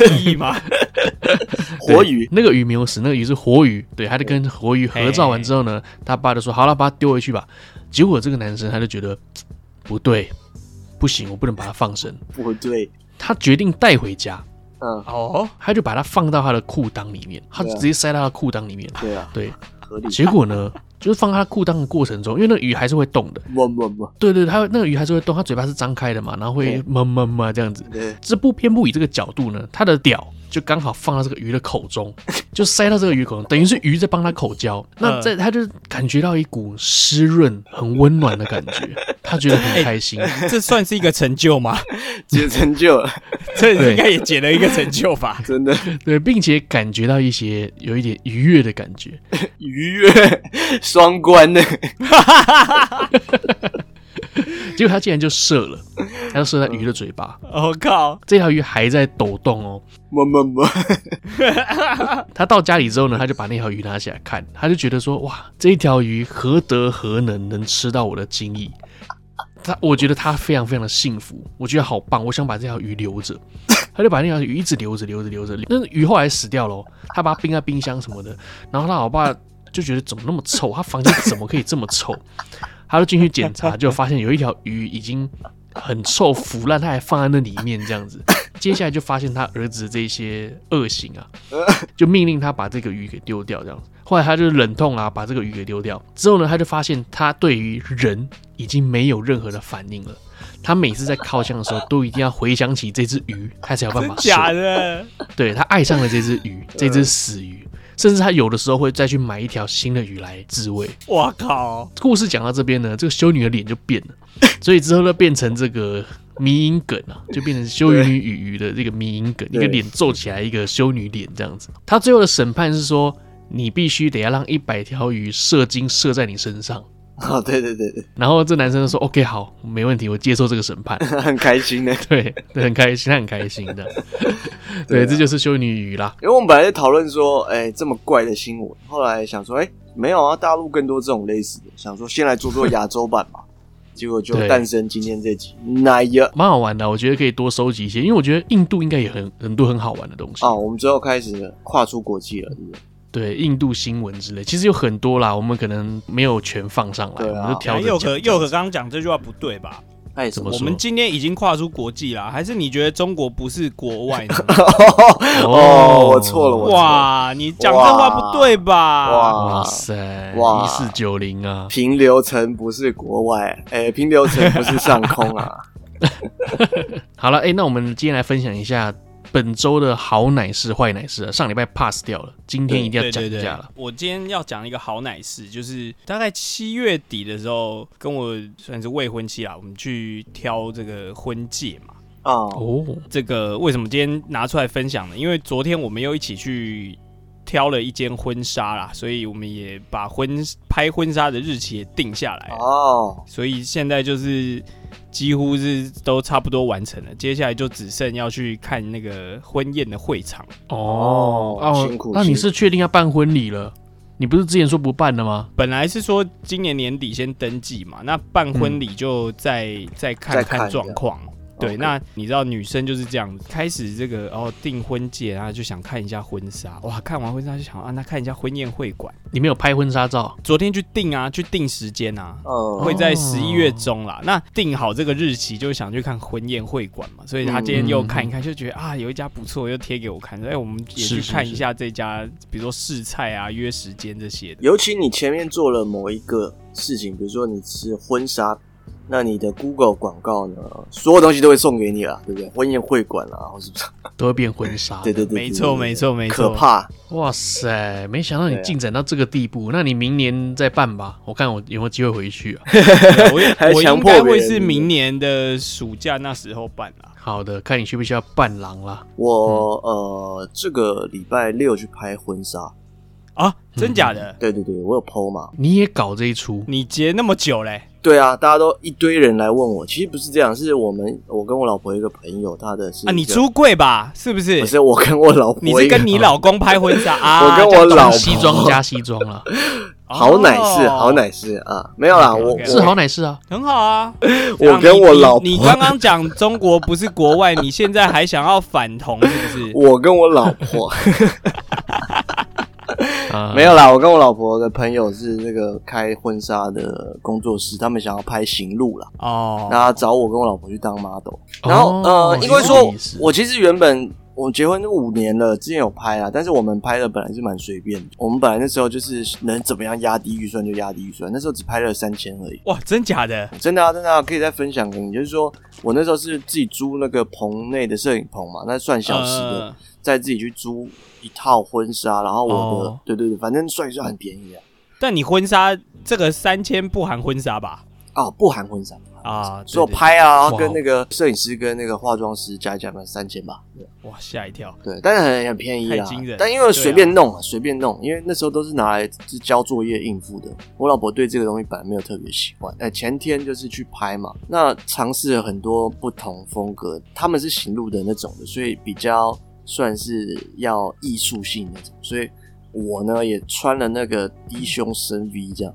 S1: 有意义
S2: [laughs]
S1: 吗？
S3: 活鱼
S2: 对那个鱼没有死，那个鱼是活鱼，对，他就跟活鱼合照完之后呢，他爸就说好了，把它丢回去吧。结果这个男生他就觉得嘖嗯不对，不行，我不能把它放生，
S3: 不对，
S2: 他决定带回家，
S3: 嗯，
S1: 哦，
S2: 他就把它放到他的裤裆里面，他
S3: 对啊
S2: 直接塞到他的裤裆里面。
S3: 对啊，
S2: 对，
S3: 合理。
S2: 结果呢，就是放他裤裆的过程中，因为那个鱼还是会动的，
S3: 么么么，
S2: 对对，它那个鱼还是会动，它嘴巴是张开的嘛，然后会
S3: 对
S2: 么么么这样子。
S3: 对，
S2: 这部片不以这个角度呢，它的屌就刚好放到这个鱼的口中， [laughs] 就塞到这个鱼口中，等于是鱼在帮它口交。那在它就感觉到一股湿润、很温暖的感觉，它觉得很开心。
S1: [laughs] 这算是一个成就
S2: [laughs]
S1: 吗？
S3: 解成就了，？
S1: 这应该也解了一个成就吧 [laughs]
S3: 真的
S2: 对，并且感觉到一些有一点愉悦的感觉。
S3: 愉悦双关的，
S2: 结果它竟然就射了，它就射在鱼的嘴巴，
S1: 我、哦靠，
S2: 这条鱼还在抖动哦。
S3: 么么么，
S2: 他到家里之后呢，他就把那条鱼拿起来看，他就觉得说，哇，这一条鱼何德何能能吃到我的精液？他我觉得他非常非常的幸福，我觉得好棒，我想把这条鱼留着。他就把那条鱼一直留着，留着，留着。那鱼后来死掉了哦，他把它冰在冰箱什么的。然后他老爸就觉得怎么那么臭，他房间怎么可以这么臭？ [laughs] 他就进去检
S1: [laughs]
S2: 查，就发现有一条鱼已经很臭腐烂，他还放在那里面这
S1: [laughs]
S2: 样子。接下来就发现他儿子这些恶行啊，就命令他把这个鱼给丢掉，这样子。后来他就忍痛啊，把这个鱼给丢掉。之后呢，他就发现他对于人已经没有任何的反应了。他每次在靠枪的时候，都一定要回想起这只鱼，他才有办
S1: 真
S2: 法射。
S1: 假的？
S2: 对他爱上了这只鱼，这只死鱼，甚至他有的时候会再去买一条新的鱼来自慰。
S1: 我靠，
S2: 故事讲到这边呢，这个修女的脸就变了，所以之后呢变成这个迷影梗啊，就变成修女与鱼的这个迷影梗，一
S3: 对
S2: 个脸皱起来，一个修女脸这样子。他最后的审判是说，你必须得要让一百条鱼射精射在你身上。
S3: 哦，对对对对，
S2: 然后这男生就说：“OK，好，没问题，我接受这个审判。”
S3: 很开心的，
S2: 对，对很开心，他很开心的。对，这就是修女与鱼啦。
S3: 因为我们本来在讨论说，哎、这么怪的新闻，后来想说，哎、没有啊，大陆更多这种类似的，想说先来做做亚洲版嘛，结果就
S2: 对
S3: 诞生今天这集奶呀！
S2: 蛮好玩的，我觉得可以多收集一些，因为我觉得印度应该也很很多很好玩的东西
S3: 啊，我们最后开始跨出国际了，对不对
S2: 对，印度新闻之类，其实有很多啦，我们可能没有全放上来，
S3: 对
S2: 我
S3: 啊
S2: 们就挑
S1: 哎
S2: 着
S1: 佑
S2: 讲
S1: 可佑可刚刚讲这句话不对吧？
S3: 哎，什
S2: 怎么
S1: 我
S2: 说
S1: 们今天已经跨出国际啦，还是你觉得中国不是国外 [laughs] 呢？
S3: 哦，我错了，我错了，
S1: 哇，你讲这话不对吧？
S3: 哇
S2: 哇塞，
S3: 哇
S2: 一四九零啊，
S3: 平流层不是国外，哎、平流层不是上空啊，
S2: 好了，哎、那我们今天来分享一下本周的好奶事、坏奶事啊，上礼拜 pass 掉了，今天一定要
S1: 对
S2: 讲
S1: 对
S2: 一
S1: 对
S2: 下了。，
S1: 我今天要讲一个好奶事，就是大概七月底的时候，跟我算是未婚妻啦，我们去挑这个婚戒嘛。
S2: [laughs]
S3: 哦，
S2: 哦，
S1: 这个为什么今天拿出来分享呢？因为昨天我们又一起去挑了一间婚纱啦，所以我们也把婚拍婚纱的日期也定下来了。
S3: 哦，
S1: 所以现在就是几乎是都差不多完成了，接下来就只剩要去看那个婚宴的会场。
S2: 哦，
S3: 哦
S2: 哦
S3: 辛苦
S2: 那你
S3: 辛
S2: 是确定要办婚礼了？你不是之前说不办的吗？
S1: 本来是说今年年底先登记嘛，那办婚礼就再、再看
S3: 再看
S1: 看状况。对
S3: OK
S1: 那你知道女生就是这样，开始这个哦订婚戒，然后就想看一下婚纱，哇，看完婚纱就想啊，那看一下婚宴会馆。
S2: 你没有拍婚纱照？
S1: 昨天去订啊，去订时间啊，
S3: 嗯，
S1: 会在
S2: 哦
S1: 十一月中啦。那定好这个日期，就想去看婚宴会馆嘛，所以他今天
S3: 嗯
S1: 又看一看，就觉得啊，有一家不错，又贴给我看，说哎、我们也
S2: 是
S1: 去
S2: 是
S1: 看一下这家，比如说试菜啊、约时间这些的。
S3: [laughs] 尤其你前面做了某一个事情，比如说你是婚纱，那你的 Google 广告呢，所有东西都会送给你啦，对不对？婚宴会馆啦，或是不是？
S2: 都会变婚纱。
S3: 啊对对对，对
S1: 没错
S3: 对对
S1: 没错没错
S3: 可怕，
S2: 哇塞，没想到你
S3: 对啊
S2: 进展到这个地步，那你明年再办吧，我看我有没有机会回去
S3: [laughs]
S2: 啊。
S1: 对我也
S3: 还
S1: 我
S3: 强
S1: 应
S3: 迫
S1: 该
S3: 别
S1: 会
S3: 人
S1: 是明年的暑假那时候办啦。
S2: 好的，看你需不需要伴郎啦。
S3: 我
S1: 嗯
S3: 呃这个礼拜六去拍婚纱，
S1: 啊，真假的？
S3: 对对对，我有 PO 嘛，
S2: 你也搞这一出，
S1: 你结那么久嘞、
S3: 对啊，大家都一堆人来问我，其实不是这样，是我们我跟我老婆一个朋友，她的是
S1: 啊，你
S3: 一个
S1: 出柜吧？是不是
S3: 不？是我跟我老婆一
S1: 你
S3: 个，
S1: 是跟你老公拍婚纱啊？
S3: [laughs] 我跟我老婆
S2: 西装加西装啦，
S3: [laughs] 好奶是
S1: 哦
S3: 好奶是啊，没有啦， [laughs] 我
S1: OK，OK
S2: 是
S3: 我
S2: 好奶是啊，
S1: 很好啊。
S3: [laughs] 我
S1: 这样
S3: 跟
S1: 你
S3: 我
S1: 你
S3: 老婆
S1: 你刚刚讲中国不是国外，你现在还想要反同是不是？
S3: [laughs] 我跟我老
S1: [laughs]
S3: 婆 [laughs]
S2: 啊
S3: 没有啦，我跟我老婆的朋友是那个开婚纱的工作室，他们想要拍行路啦，
S1: 哦，
S3: 那找我跟我老婆去当 model，
S2: 哦
S3: 然后呃，因为
S2: 是
S3: 说
S2: 意思
S3: 我其实原本。我结婚五年了，之前有拍啊，但是我们拍的本来是蛮随便的。我们本来那时候就是能怎么样压低预算就压低预算，那时候只拍了三千而已。
S1: 哇，真假的？
S3: 真的啊，真的啊，可以再分享给你。就是说我那时候是自己租那个棚内的摄影棚嘛，那算小时的，
S1: 呃
S3: 再自己去租一套婚纱，然后我的，
S1: 哦
S3: 对对对，反正算一算很便宜啊。
S1: 但你婚纱这个三千不含婚纱吧？
S3: 哦，不含婚纱，
S1: 啊，
S3: 所以我
S1: 对对
S3: 拍啊，然
S2: 哇
S3: 后跟那个摄影师跟那个化妆师加一加，嘛三千吧。对
S1: 哇吓一跳，
S3: 对，但是很很便宜
S1: 太
S3: 啊
S1: 惊人。
S3: 但因为随便弄啊，随便弄，因为那时候都是拿来是交作业应付的。我老婆对这个东西本来没有特别喜欢。哎、前天就是去拍嘛，那尝试了很多不同风格，他们是行路的那种的，所以比较算是要艺术性那种，所以。我呢也穿了那个低胸深 V 这样，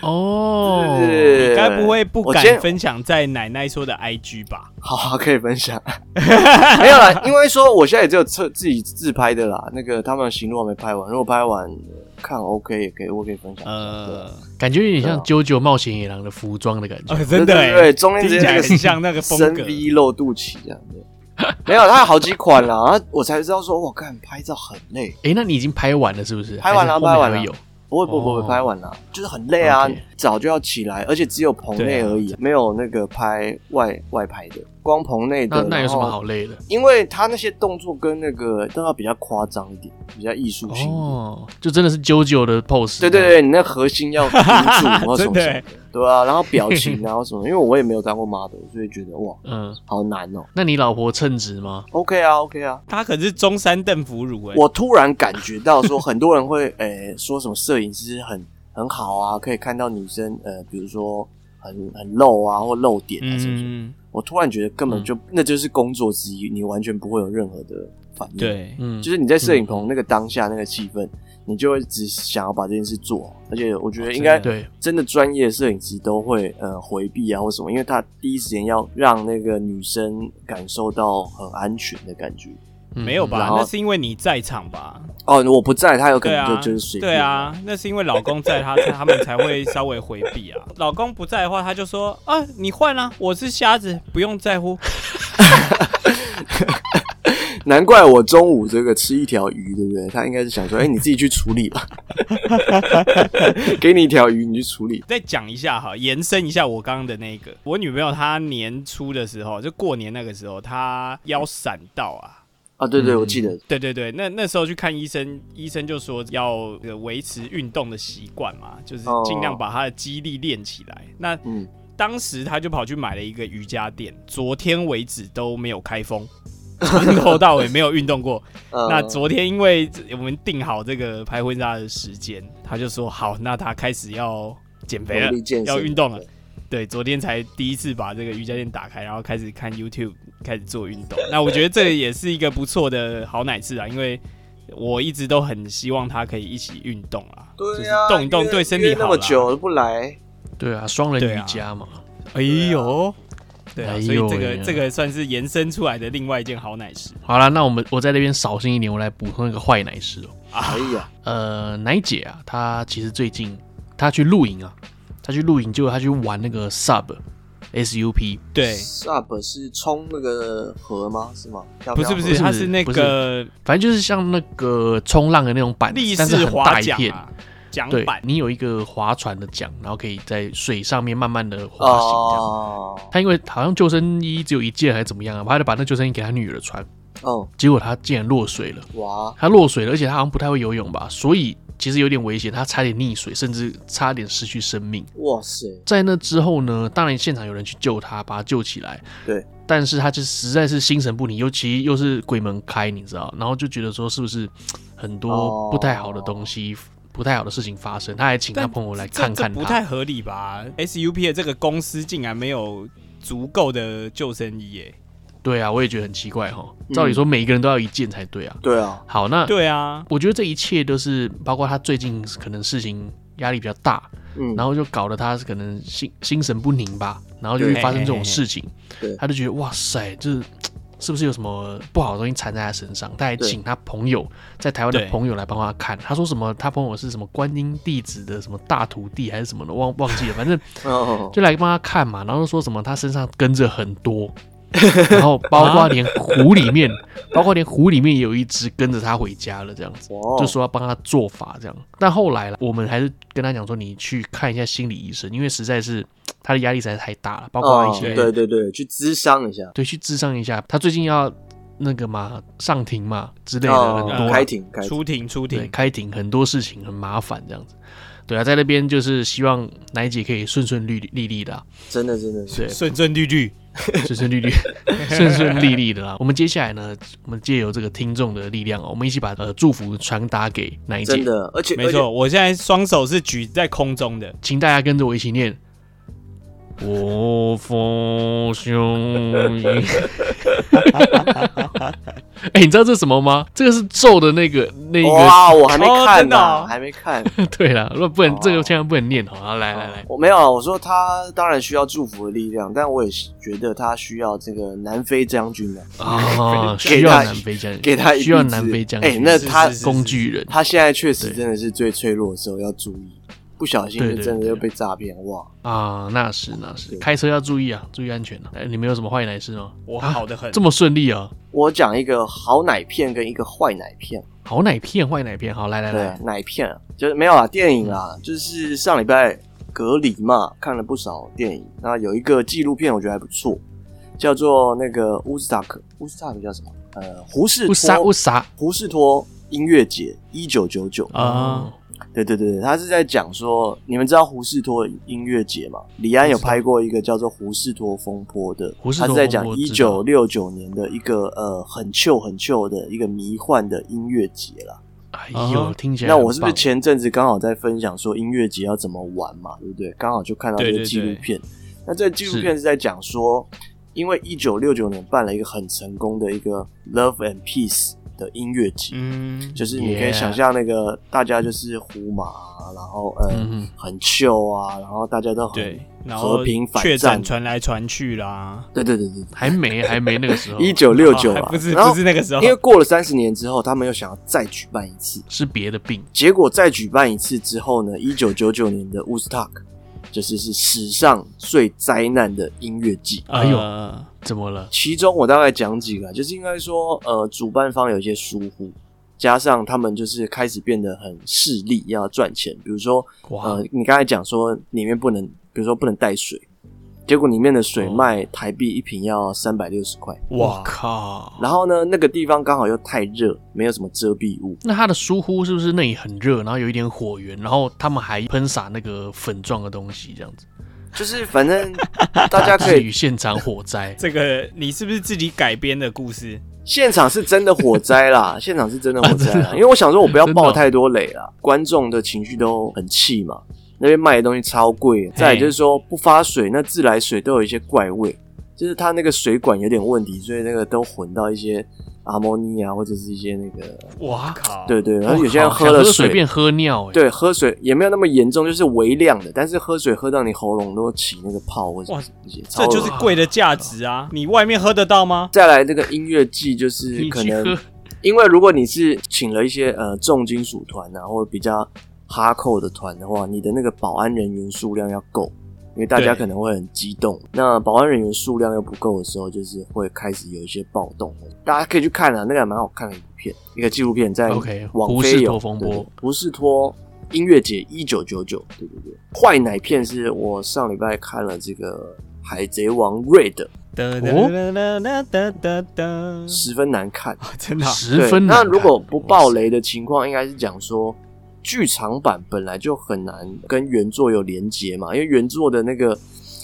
S2: 哦，
S3: 对
S1: 你该不会不
S3: 我今天
S1: 敢分享在奶奶说的 IG 吧？
S3: 好好可以分享。 [laughs] 没有啦，因为说我现在也只有自自己自拍的啦，那个他们行路还没拍完，如果拍完看 OK 也可以，我可以分享。
S1: 呃，
S2: 感觉有点像
S3: 对啊啊
S2: 《啾啾冒险野狼》的服装的感觉。
S1: [laughs] 哦，真的
S3: 对对
S1: 欸
S3: 对，中间
S1: 听
S3: 直
S1: 起
S3: 接
S1: 来
S3: 那个
S1: 很像那个风格
S3: 深 V 露肚脐这样对。 [laughs] 没有，它有好几款啦，然后我才知道说，我看拍照很累，
S2: 哎，那你已经拍完了是不是？
S3: 拍完了
S2: 还是后面
S3: 拍完
S2: 还
S3: 了
S2: 会有
S3: 不会不会不
S2: 哦
S3: 会拍完啦，就是很累啊
S2: OK，
S3: 早就要起来，而且只有棚内而已，没有那个拍外外拍的，光棚内
S2: 那
S3: 的。
S2: 那有什么
S3: 然后
S2: 好累的？
S3: 因为他那些动作跟那个都要比较夸张一点，比较艺术性一点。
S2: 哦，就真的是啾啾的 pose。
S3: 对对对，你那核心要
S1: [laughs]
S3: 顶住，然后什么什
S1: 真
S3: 么
S1: 的欸
S3: 的，对啊，然后表情啊，然后什么，因为我也没有当过 model，所以觉得哇，
S2: 嗯，
S3: 好难哦。
S2: 那你老婆称职吗？
S3: OK 啊，OK 啊，
S1: 他可是中山邓福如哎，
S3: 我突然感觉到说，很多人会 [laughs] 诶、说什么摄影师很很好啊，可以看到女生呃，比如说很很露啊或露点啊什么什么。
S1: 嗯，
S3: 我突然觉得根本就、那就是工作之一，你完全不会有任何的反应。，
S1: 对，
S2: 嗯，
S3: 就是你在摄影棚那个当下那个气氛，你就会只想要把这件事做好。而且我觉得应该
S1: 哦真的
S2: 对，
S3: 真的专业摄影师都会呃回避啊或什么，因为他第一时间要让那个女生感受到很安全的感觉。
S2: 嗯
S1: 没有
S2: 嗯
S1: 吧
S3: 然？后
S1: 那是因为你在场吧？
S3: 哦，我不在，他有可
S1: 对
S3: 能就、
S1: 啊，
S3: 就是随便。
S1: 对，啊，那是因为老公在
S3: [laughs]
S1: 他，他他们才会稍微回避啊。老公不在的话，他就说啊，你换啊，我是瞎子，不用在乎。
S3: 难怪我中午这个吃一条鱼，对不对？他应该是想说，哎、你自己去处理 [laughs] 吧，给你一条鱼，你去处理。
S1: 再讲一下哈，延伸一下我刚刚的那个，我女朋友她年初的时候，就过年那个时候，她腰闪到啊，
S3: 啊，对对，
S2: 嗯
S3: 我记得，
S1: 对对对，那那时候去看医生，医生就说要呃维持运动的习惯嘛，就是
S3: 哦
S1: 尽量把他的肌力练起来。那
S3: 嗯，
S1: 当时他就跑去买了一个瑜伽垫，昨天为止都没有开
S3: [laughs]
S1: 封，从头到尾没有运动过。
S3: 呃
S1: 那昨天因为我们定好这个拍婚纱的时间，他就说好，那他开始要减肥
S3: 努
S1: 了
S3: 力健，身
S1: 要运动了。对，昨天才第一次把这个瑜伽垫打开，然后开始看 YouTube，开始做运
S3: [laughs]
S1: 动。那我觉得这也是一个不错的好奶次啊，因为我一直都很希望他可以一起运动啦，
S3: 对啊，
S1: 就是动一动
S3: 约
S1: 对身体
S3: 约
S1: 好
S3: 那
S1: 啦
S3: 么久都不来，
S2: 对啊，双人
S1: 对
S2: 瑜
S1: 啊
S2: 伽嘛，
S1: 哎呦，对
S2: 哎
S1: 啊，
S2: 呦
S1: 所以这
S2: 哎
S1: 个
S2: 呀
S1: 这个算是延伸出来的另外一件好奶事
S2: 好啦，那我们我在那边扫兴一点，我来补充一个坏奶事哦。
S3: 哎呀，
S2: 呃，奶姐啊，她其实最近她去露营啊，她去露营，结果她去玩那个 Sub S U P，
S1: 对，
S3: ，sub 是冲那个河吗？是吗？漂
S1: 不
S3: 漂
S1: 是
S3: 河
S1: 不
S2: 不
S1: 是，
S2: 是
S1: 它是那
S2: 不是
S1: 个
S2: 反正就是像那个冲浪的那种板子
S1: 立，
S2: 但是
S1: 式
S2: 很
S1: 划
S2: 大一
S1: 桨
S2: 片。
S1: 啊，桨
S2: 对
S1: 板，
S2: 你有一个划船的桨，然后可以在水上面慢慢的滑行这样。
S3: 哦，
S2: 他因为好像救生衣只有一件还是怎么样啊，他就把那救生衣给他女儿穿，
S3: 嗯，
S2: 结果他竟然落水了。
S3: 哇，
S2: 他落水了，而且他好像不太会游泳吧，所以其实有点危险，他差点溺水，甚至差点失去生命。
S3: 哇塞，
S2: 在那之后呢，当然现场有人去救他，把他救起来。
S3: 对，
S2: 但是他就实在是心神不宁，尤其又是鬼门开，你知道，然后就觉得说是不是很多
S3: 哦
S2: 不太好的东西、不太好的事情发生。他还请他
S1: 但
S2: 朋友来
S1: 这
S2: 看看
S1: 这
S2: 他，
S1: 不太合理吧？SUP 的这个公司竟然没有足够的救生衣耶、
S2: 对啊，我也觉得很奇怪哈。
S3: 嗯
S2: 照理说每一个人都要一件才对啊。
S3: 对啊，
S2: 好，那
S1: 对啊，
S2: 我觉得这一切都是包括他最近可能事情压力比较大，
S3: 嗯，
S2: 然后就搞得他可能心心神不宁吧，然后就会
S1: 对
S2: 发生这种事情
S3: 嘿嘿嘿，
S2: 他就觉得哇塞，这是不是有什么不好的东西缠在他身上？他还
S3: 对
S2: 请他朋友在台湾的
S1: 对
S2: 朋友来帮他看，他说什么他朋友是什么观音弟子的什么大徒弟还是什么的，忘忘记了，反正
S3: 哦，
S2: 就来帮他看嘛，然后说什么他身上跟着很多，然后包括连湖里
S3: [laughs]
S2: 面，包括连湖里面也有一只跟着他回家了这样子。
S3: 哇，
S2: 就说要帮他做法这样。但后来啦，我们还是跟他讲说，你去看一下心理医生，因为实在是他的压力实在太大了，包括一
S3: 哦，
S2: 些、
S3: 对对对，去咨商一下，
S2: 对去智商一下。他最近要那个嘛上庭嘛之类的很多
S3: 哦，
S2: 啊、
S3: 开庭开庭，
S1: 出庭出
S2: 对
S1: 庭，
S2: 开庭很多事情很麻烦这样子。对啊，在那边就是希望奶姐可以顺顺利利
S3: [laughs]
S2: 利的啊、
S3: 真的真的是，
S2: 对，
S1: 顺顺利利。
S2: 顺顺利 [laughs] 利、顺顺利利的啦。啊我们接下来呢，我们借由这个听众的力量哦，我们一起把呃祝福传达给奶姐
S3: 真。的，而且
S1: 没
S3: 而且
S1: 错，我现在双手是举在空中的。
S2: 请大家跟着我一起念。我佛兄一， [laughs] 哎、你知道这是什么吗？这个是咒的那个那个，
S3: 哇，我还没
S1: 哦
S3: 看
S1: 真的
S2: 啊
S3: 呢，
S1: 哦
S3: 还没看。
S2: [laughs] 对啦，不不能、
S3: 哦
S2: 这个千万不能念哦。好，来来来，
S3: 我没有啊，我说他当然需要祝福的力量，但我也是觉得他需要这个南非将军的，
S2: 啊，
S3: 给
S2: 需要
S3: 他
S2: 南非将军，
S3: 哦给他一臂
S2: 需要
S3: 之
S2: 南非将
S3: 哎
S2: 军，
S3: 那
S1: 是
S3: 他
S1: 是是
S2: 工具人，
S3: 他现在确实
S2: 对
S3: 真的是最脆弱的时候，要注意，不小心
S2: 对
S3: 就
S2: 对
S3: 真的就被
S2: 对
S3: 诈骗哇！
S2: 啊，那是那是，
S3: 对
S2: 开车要注意啊，注意安全啊。哎，你们有什么坏奶事吗？
S1: 我
S2: 啊
S1: 好得很
S2: 这么顺利啊，
S3: 我讲一个好奶片跟一个坏奶片，
S2: 好奶片坏奶片，好来来
S3: 对
S2: 来嗯
S3: 啊，，奶片啊就是没有啊，电影啊，就是上礼拜隔离嘛，看了不少电影，那有一个纪录片我觉得还不错，叫做那个乌斯塔克，乌斯塔克叫什么？呃，胡适
S2: 不杀
S3: 托
S2: 不杀
S3: 胡士托音乐节一九九九
S1: 啊
S2: 哦
S3: 哦对对对，他是在讲说，你们知道胡士托音乐节吗？李安有拍过一个叫做《胡士托风波》的
S2: 胡，士
S3: 他
S2: 托
S3: 是在讲
S2: 风
S3: 一
S2: 波知道
S3: 九六九年的一个呃很旧很旧的一个迷幻的音乐节啦。
S2: 哎呦，
S1: 啊
S2: 听起来
S3: 那
S2: 很
S3: 我是不是
S2: 棒
S3: 前阵子刚好在分享说音乐节要怎么玩嘛，对不对？刚好就看到这
S1: 对
S3: 个
S1: 对
S3: 纪录
S1: 对
S3: 片。那这个纪录
S2: 是
S3: 片是在讲说，因为一九六九年办了一个很成功的一个 Love and Peace 的音乐节，
S1: 嗯，
S3: 就是你可以
S2: Yeah
S3: 想象那个大家就是胡马啊、然后呃、
S2: 嗯哼
S3: 很秀啊，然后大家都很
S1: 对，然
S3: 和
S1: 后
S3: 平反
S1: 确
S3: 战
S1: 诊传来传去啦。
S3: 对对对对
S2: 还没，还没那个时候，
S3: 对， [laughs] 一九六九
S1: 哦还
S3: 啊，
S1: [laughs] 不是
S3: 然后
S1: 不是那个时候
S3: 因为过了三十年之后，他们又想要再举办一次，
S2: 是别的病
S3: 结果再举办一次之后呢，一九九九年的乌斯塔克就是是史上最灾难的音乐季。
S2: 哎呦
S1: 呃
S2: 怎么
S3: [laughs]
S2: 了？
S3: 其中我大概讲几个啊，就是应该说，呃，主办方有一些疏忽，加上他们就是开始变得很势利，要赚钱。比如说，
S2: 哇
S3: 呃，你刚才讲说里面不能，比如说不能带水，结果里面的水
S2: 哦
S3: 卖台币一瓶要三百六十块。
S2: 我
S1: 哇，，
S2: 靠！
S3: 然后呢，那个地方刚好又太热，没有什么遮蔽物，
S2: 那它的疏忽是不是那里很热，然后有一点火源，然后他们还喷洒那个粉状的东西，这样子，
S3: 就是反正大家可
S2: 至
S3: 以
S2: 于现场火
S3: [laughs]
S2: 灾
S1: 这个你是不是自己改编的故事？
S3: 现场是真的火灾
S2: [laughs]
S3: 啦，现场是真的火灾
S2: 真的
S3: 啦
S2: 哦，
S3: 因为我想说我不要
S2: 真的哦
S3: 爆太多雷啦，观众的情绪都很气嘛，那边卖的东西超贵，再来就是说不发水，那自来水都有一些怪味，就是它那个水管有点问题，所以那个都混到一些阿莫尼啊亚或者是一些那个，
S1: 哇靠！
S3: 对对，然
S2: 我
S3: 后有些人
S2: 靠
S3: 喝
S2: 想
S3: 了
S2: 随便喝尿、欸，
S3: 对，喝水也没有那么严重，就是微量的，但是喝水喝到你喉咙都起那个泡或者
S1: 哇
S3: 这些，超
S1: 这就是贵的价值啊！你外面喝得到吗？
S3: 再来那个音乐季，就是
S2: 你
S3: 可
S2: 去
S3: 能
S2: 喝，
S3: 因为如果你是请了一些呃重金属团啊，或者比较哈扣的团的话，你的那个保安人员数量要够，因为大家
S1: 对
S3: 可能会很激动。那保安人员数量又不够的时候，就是会开始有一些暴动。大家可以去看啊，那个还蛮好看的一部片，一个纪录片在
S2: OK，
S3: 网
S2: 胡
S3: 飞
S2: 适
S3: 有
S2: 托风波
S3: 对对胡适托。音乐节一九九九，对对对，坏奶片是我上礼拜看了这个《海贼王 Red》
S1: 哒哒哒哒哒哒
S2: 嗯
S1: 哒，
S3: 十分难看。
S1: [laughs] 真的啊
S2: 十
S3: 对，
S2: 分难
S3: 那
S2: 看。
S3: 如果不爆雷的情况，应该是讲说，剧场版本来就很难跟原作有连接嘛，因为原作的那个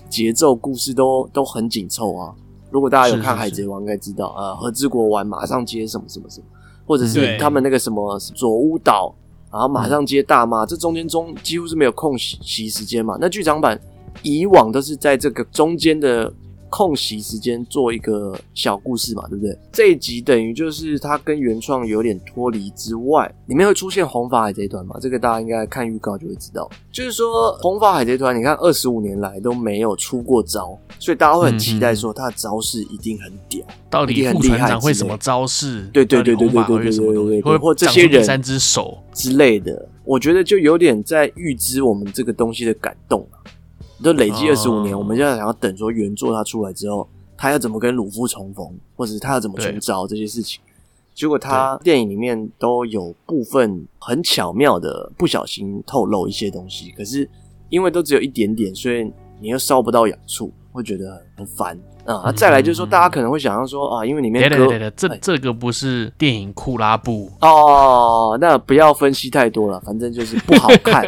S3: 节奏、故事都都很紧凑啊。如果大家有
S2: 是
S3: 看《
S2: 是
S3: 海贼王》，应该知道啊，和之国丸马上接什么什么什么，或者是
S1: 对
S3: 他们那个什么佐屋岛，然后
S2: 嗯
S3: 马上接大妈，这中间中几乎是没有空隙隙时间嘛。那剧场版以往都是在这个中间的空隙时间做一个小故事嘛，对不对？这一集等于就是它跟原创有点脱离之外，里面会出现红发海贼团嘛？这个大家应该看预告就会知道。就是说，红发海贼团，你看二十五年来都没有出过招，所以大家会很期待说他的招式一定很屌。
S2: 到
S3: 一定
S2: 底
S3: 很
S2: 副
S3: 厉害
S2: 船长会
S3: 之
S2: 什
S3: 类
S2: 么招式？
S3: 对对对
S2: 到底
S3: 对
S2: 红发
S3: 对对
S2: 会有什么
S3: 对
S2: 东
S3: 对
S2: 西？
S3: 对对
S2: 会
S3: 或这
S2: 长出
S3: 些
S2: 第
S3: 人
S2: 三只手，
S3: 之类的，我觉得就有点在预知我们这个东西的感动啊都累积
S2: 哦
S3: 二十五年，我们现在想要等说原作它出来之后，他要怎么跟鲁夫重逢，或者是他要怎么
S2: 对
S3: 出招这些事情。结果他电影里面都有部分很巧妙的不小心透露一些东西，可是因为都只有一点点，所以你又烧不到痒处，会觉得很很烦啊。那再来就是说，
S2: 嗯
S3: 大家可能会想要说啊，因为里
S2: 对
S3: 面
S2: 对
S3: 歌
S2: 对对，这
S3: 哎
S2: 这个不是电影库拉布，
S3: 哦，那不要分析太多了，反正就是不好
S1: [laughs]
S3: 看。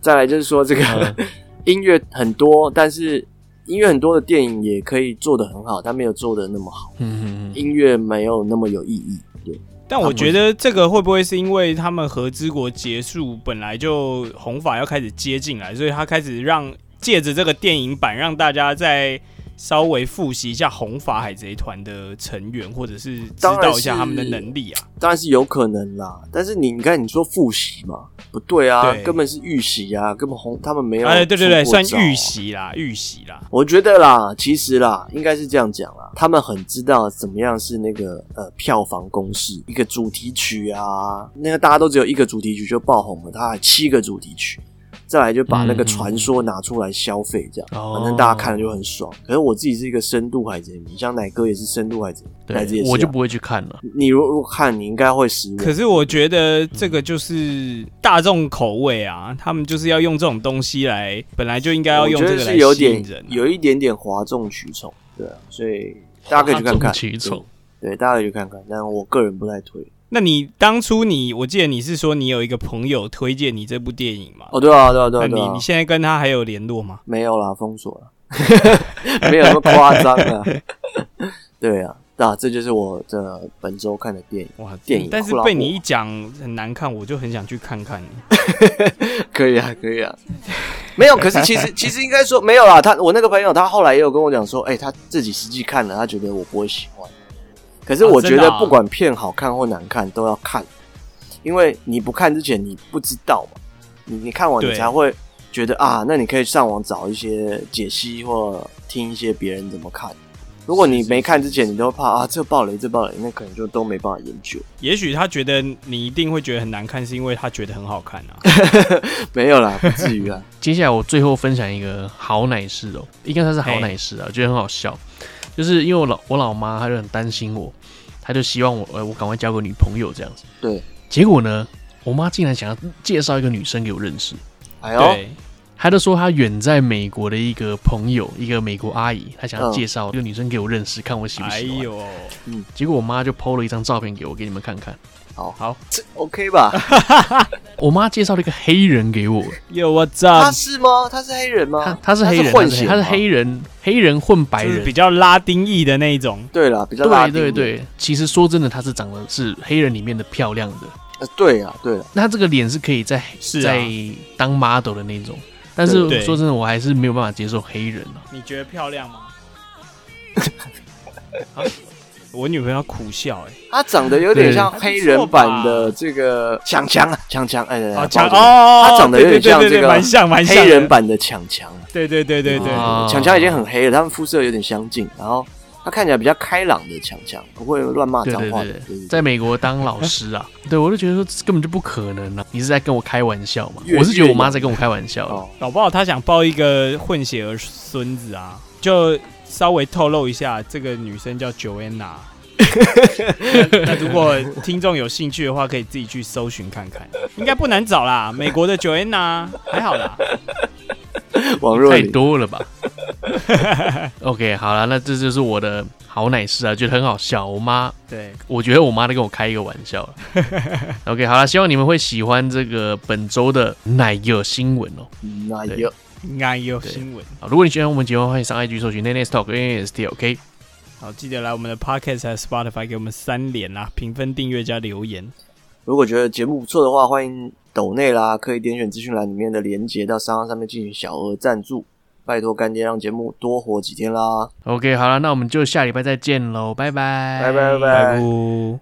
S3: 再来就是说，这个
S1: 嗯
S3: [laughs] 音乐很多，但是音乐很多的电影也可以做得很好，但没有做得那么好，
S2: 嗯，
S3: 音乐没有那么有意义。对，
S1: 但我觉得这个会不会是因为他们和之国结束本来就红发要开始接进来，呃所以他开始让借着这个电影版让大家再稍微复习一下红发海贼团的成员，或者是知道一下他们的能力啊。
S3: 当然是有可能啦，但是你你看，你说复习嘛，不对啊，
S1: 对
S3: 根本是预习啊，根本红他们没有、
S1: 哎，对对对，算预。
S3: 啊
S1: 习啦，预习啦。
S3: 我觉得啦，其实啦，应该是这样讲啦，他们很知道怎么样是那个呃票房公式，一个主题曲啊，那个大家都只有一个主题曲就爆红了，他还七个主题曲，再来就把那个
S2: 嗯嗯
S3: 传说拿出来消费，这样、
S2: 哦
S3: 反正大家看了就很爽。可是我自己是一个深度海贼迷，像奶哥也是深度海贼，
S2: 对
S3: 奶子也是啊、
S2: 我就不会去看了。
S3: 你如如果看，你应该会失望
S1: 可。是我觉得这个就是大众口味啊，他们就是要用这种东西来，本来就应该要
S3: 我
S1: 用
S3: 觉
S1: 这
S3: 得
S1: 个
S3: 是
S1: 来
S3: 有
S1: 吸引
S3: 点
S1: 人啊、
S3: 有一点点哗众取宠，对啊，所以大家可以去看看。
S2: 哗众取宠
S3: 对，对，大家可以去看看，但我个人不太推。
S1: 那你当初你，我记得你是说你有一个朋友推荐你这部电影嘛？
S3: 哦，对啊，对啊，对
S1: 那
S3: 啊，对
S1: 你
S3: 啊
S1: 你，现在跟他还有联络吗？
S3: 没有啦，封锁了， [laughs] 没有那么夸张啊。 [laughs] 对啊，那这就是我的本周看的电影，
S1: 哇，
S3: 电影
S1: 但是
S3: 库拉布
S1: 被你一讲很难看，我就很想去看看。
S3: 可以啊，可以
S1: [laughs]
S3: 啊。没有，可是其实其实应该说没有啦。他我那个朋友，他后来也有跟我讲说，哎、他自己实际看了，他觉得我不会喜欢。可是
S1: 啊
S3: 我觉
S1: 真的
S3: 得
S1: 啊
S3: 不管片好看或难看都要看，因为你不看之前你不知道嘛，你你看完你
S1: 对
S3: 才会觉得啊，那你可以上网找一些解析或听一些别人怎么看。如果你没看之前，你都怕啊，这暴雷这暴雷，那可能就都没办法研究。
S1: 也许他觉得你一定会觉得很难看，是因为他觉得很好看啊。
S3: 没有啦，不至于啦。啊
S2: 接下来我最后分享一个好奶事哦，应该算是好奶事啊，我觉得很好笑，就是因为我老我老妈她就很担心我，她就希望我呃我赶快交个女朋友这样子。
S3: 对，
S2: 结果呢，我妈竟然想要介绍一个女生给我认识，
S3: 哎呦，
S1: 对，
S2: 她就说她远在美国的一个朋友，一个美国阿姨，她想要
S3: 嗯
S2: 介绍一个女生给我认识，看我喜不
S1: 哎
S2: 喜欢。
S1: 呦，
S2: 结果我妈就 PO 了一张照片给我，给你们看看。
S3: 这 OK 吧？
S2: 我妈介绍了一个黑人给我，
S1: 又 what's
S3: 他
S1: up？
S3: 是吗？啊他是黑人吗？
S2: 她嗯她是黑人，
S3: 混
S2: 她
S3: 血
S2: 是
S3: 吗，
S2: 她是黑人，黑人混白
S1: 就是
S2: 人
S1: 比，较拉丁裔的那一种。
S3: 对啦，比较拉
S2: 对
S3: 丁
S2: 对
S3: 一点，
S2: 对，其实说真的，她是长得是黑人里面的漂亮的，
S3: 呃，对啊，对啊，
S2: 那她这个脸是可以在、
S1: 是啊
S2: 在当 model 的那种。但是
S1: 对对
S2: 说真的，我还是没有办法接受黑人啊。
S1: 你觉得漂亮 [laughs] 吗？啊我女朋友要苦笑哎、
S3: 他长得有点像
S1: 对
S3: 黑人版的这个强强啊，强强，哎，
S1: 欸，好
S3: 哎
S1: 强哦，
S3: 不好意
S1: 哦
S3: 他长得有点像
S1: 对对对对
S3: 这个
S1: 蛮像蛮
S3: 思
S1: 像
S3: 黑人
S1: 的，
S3: 版的强强啊，
S1: 对对对对对，
S2: 哦
S3: 强强已经很黑了，他们肤色有点相近，然后他看起来比较开朗的强强，不会乱骂
S2: 对
S3: 脏
S2: 对
S3: 话
S2: 对
S3: 的，对
S2: 对，
S3: 对
S2: 在美国当老师
S3: [laughs]
S2: 啊，对我就觉得说这根本就不可能啊！你是在跟我开玩笑嘛？
S3: 越
S2: 我是觉得我
S3: 越
S2: 妈
S3: 有
S2: 在跟我开玩笑
S3: [laughs]
S2: 啊。
S3: 哦，
S1: 搞不好他想抱一个混血儿孙子啊，就稍微透露一下，这个女生叫 Joanna。那那如果听众有兴趣的话，可以自己去搜寻看看，应该不难找啦。美国的 Joanna 还好啦，
S3: 王若
S2: 太
S3: 琳， [laughs]
S2: 多了吧？ OK，好了，那这就是我的好奶事啊，觉得很好笑。我妈，
S1: 对，
S2: 我觉得我妈在跟我开一个玩笑了。OK，好了，希望你们会喜欢这个本周的奶油新闻哦。
S3: 嗯那
S2: 对
S3: 有
S1: 爱有
S2: 对
S1: 新闻。
S2: 好如果你喜欢我们节目，欢迎上 IG 搜寻 n a n e s Talk N S T OK。
S1: 好，记得来我们的 Podcast 和 Spotify 给我们三连啦，评分、订阅加留言。
S3: 如果觉得节目不错的话，欢迎抖内啦，可以点选资讯栏里面的连接到商号上面进行小额赞助，拜托干爹让节目多活几天啦，
S2: OK，好了，那我们就下礼拜再见喽，拜拜，
S3: 拜拜拜拜。
S1: 拜拜。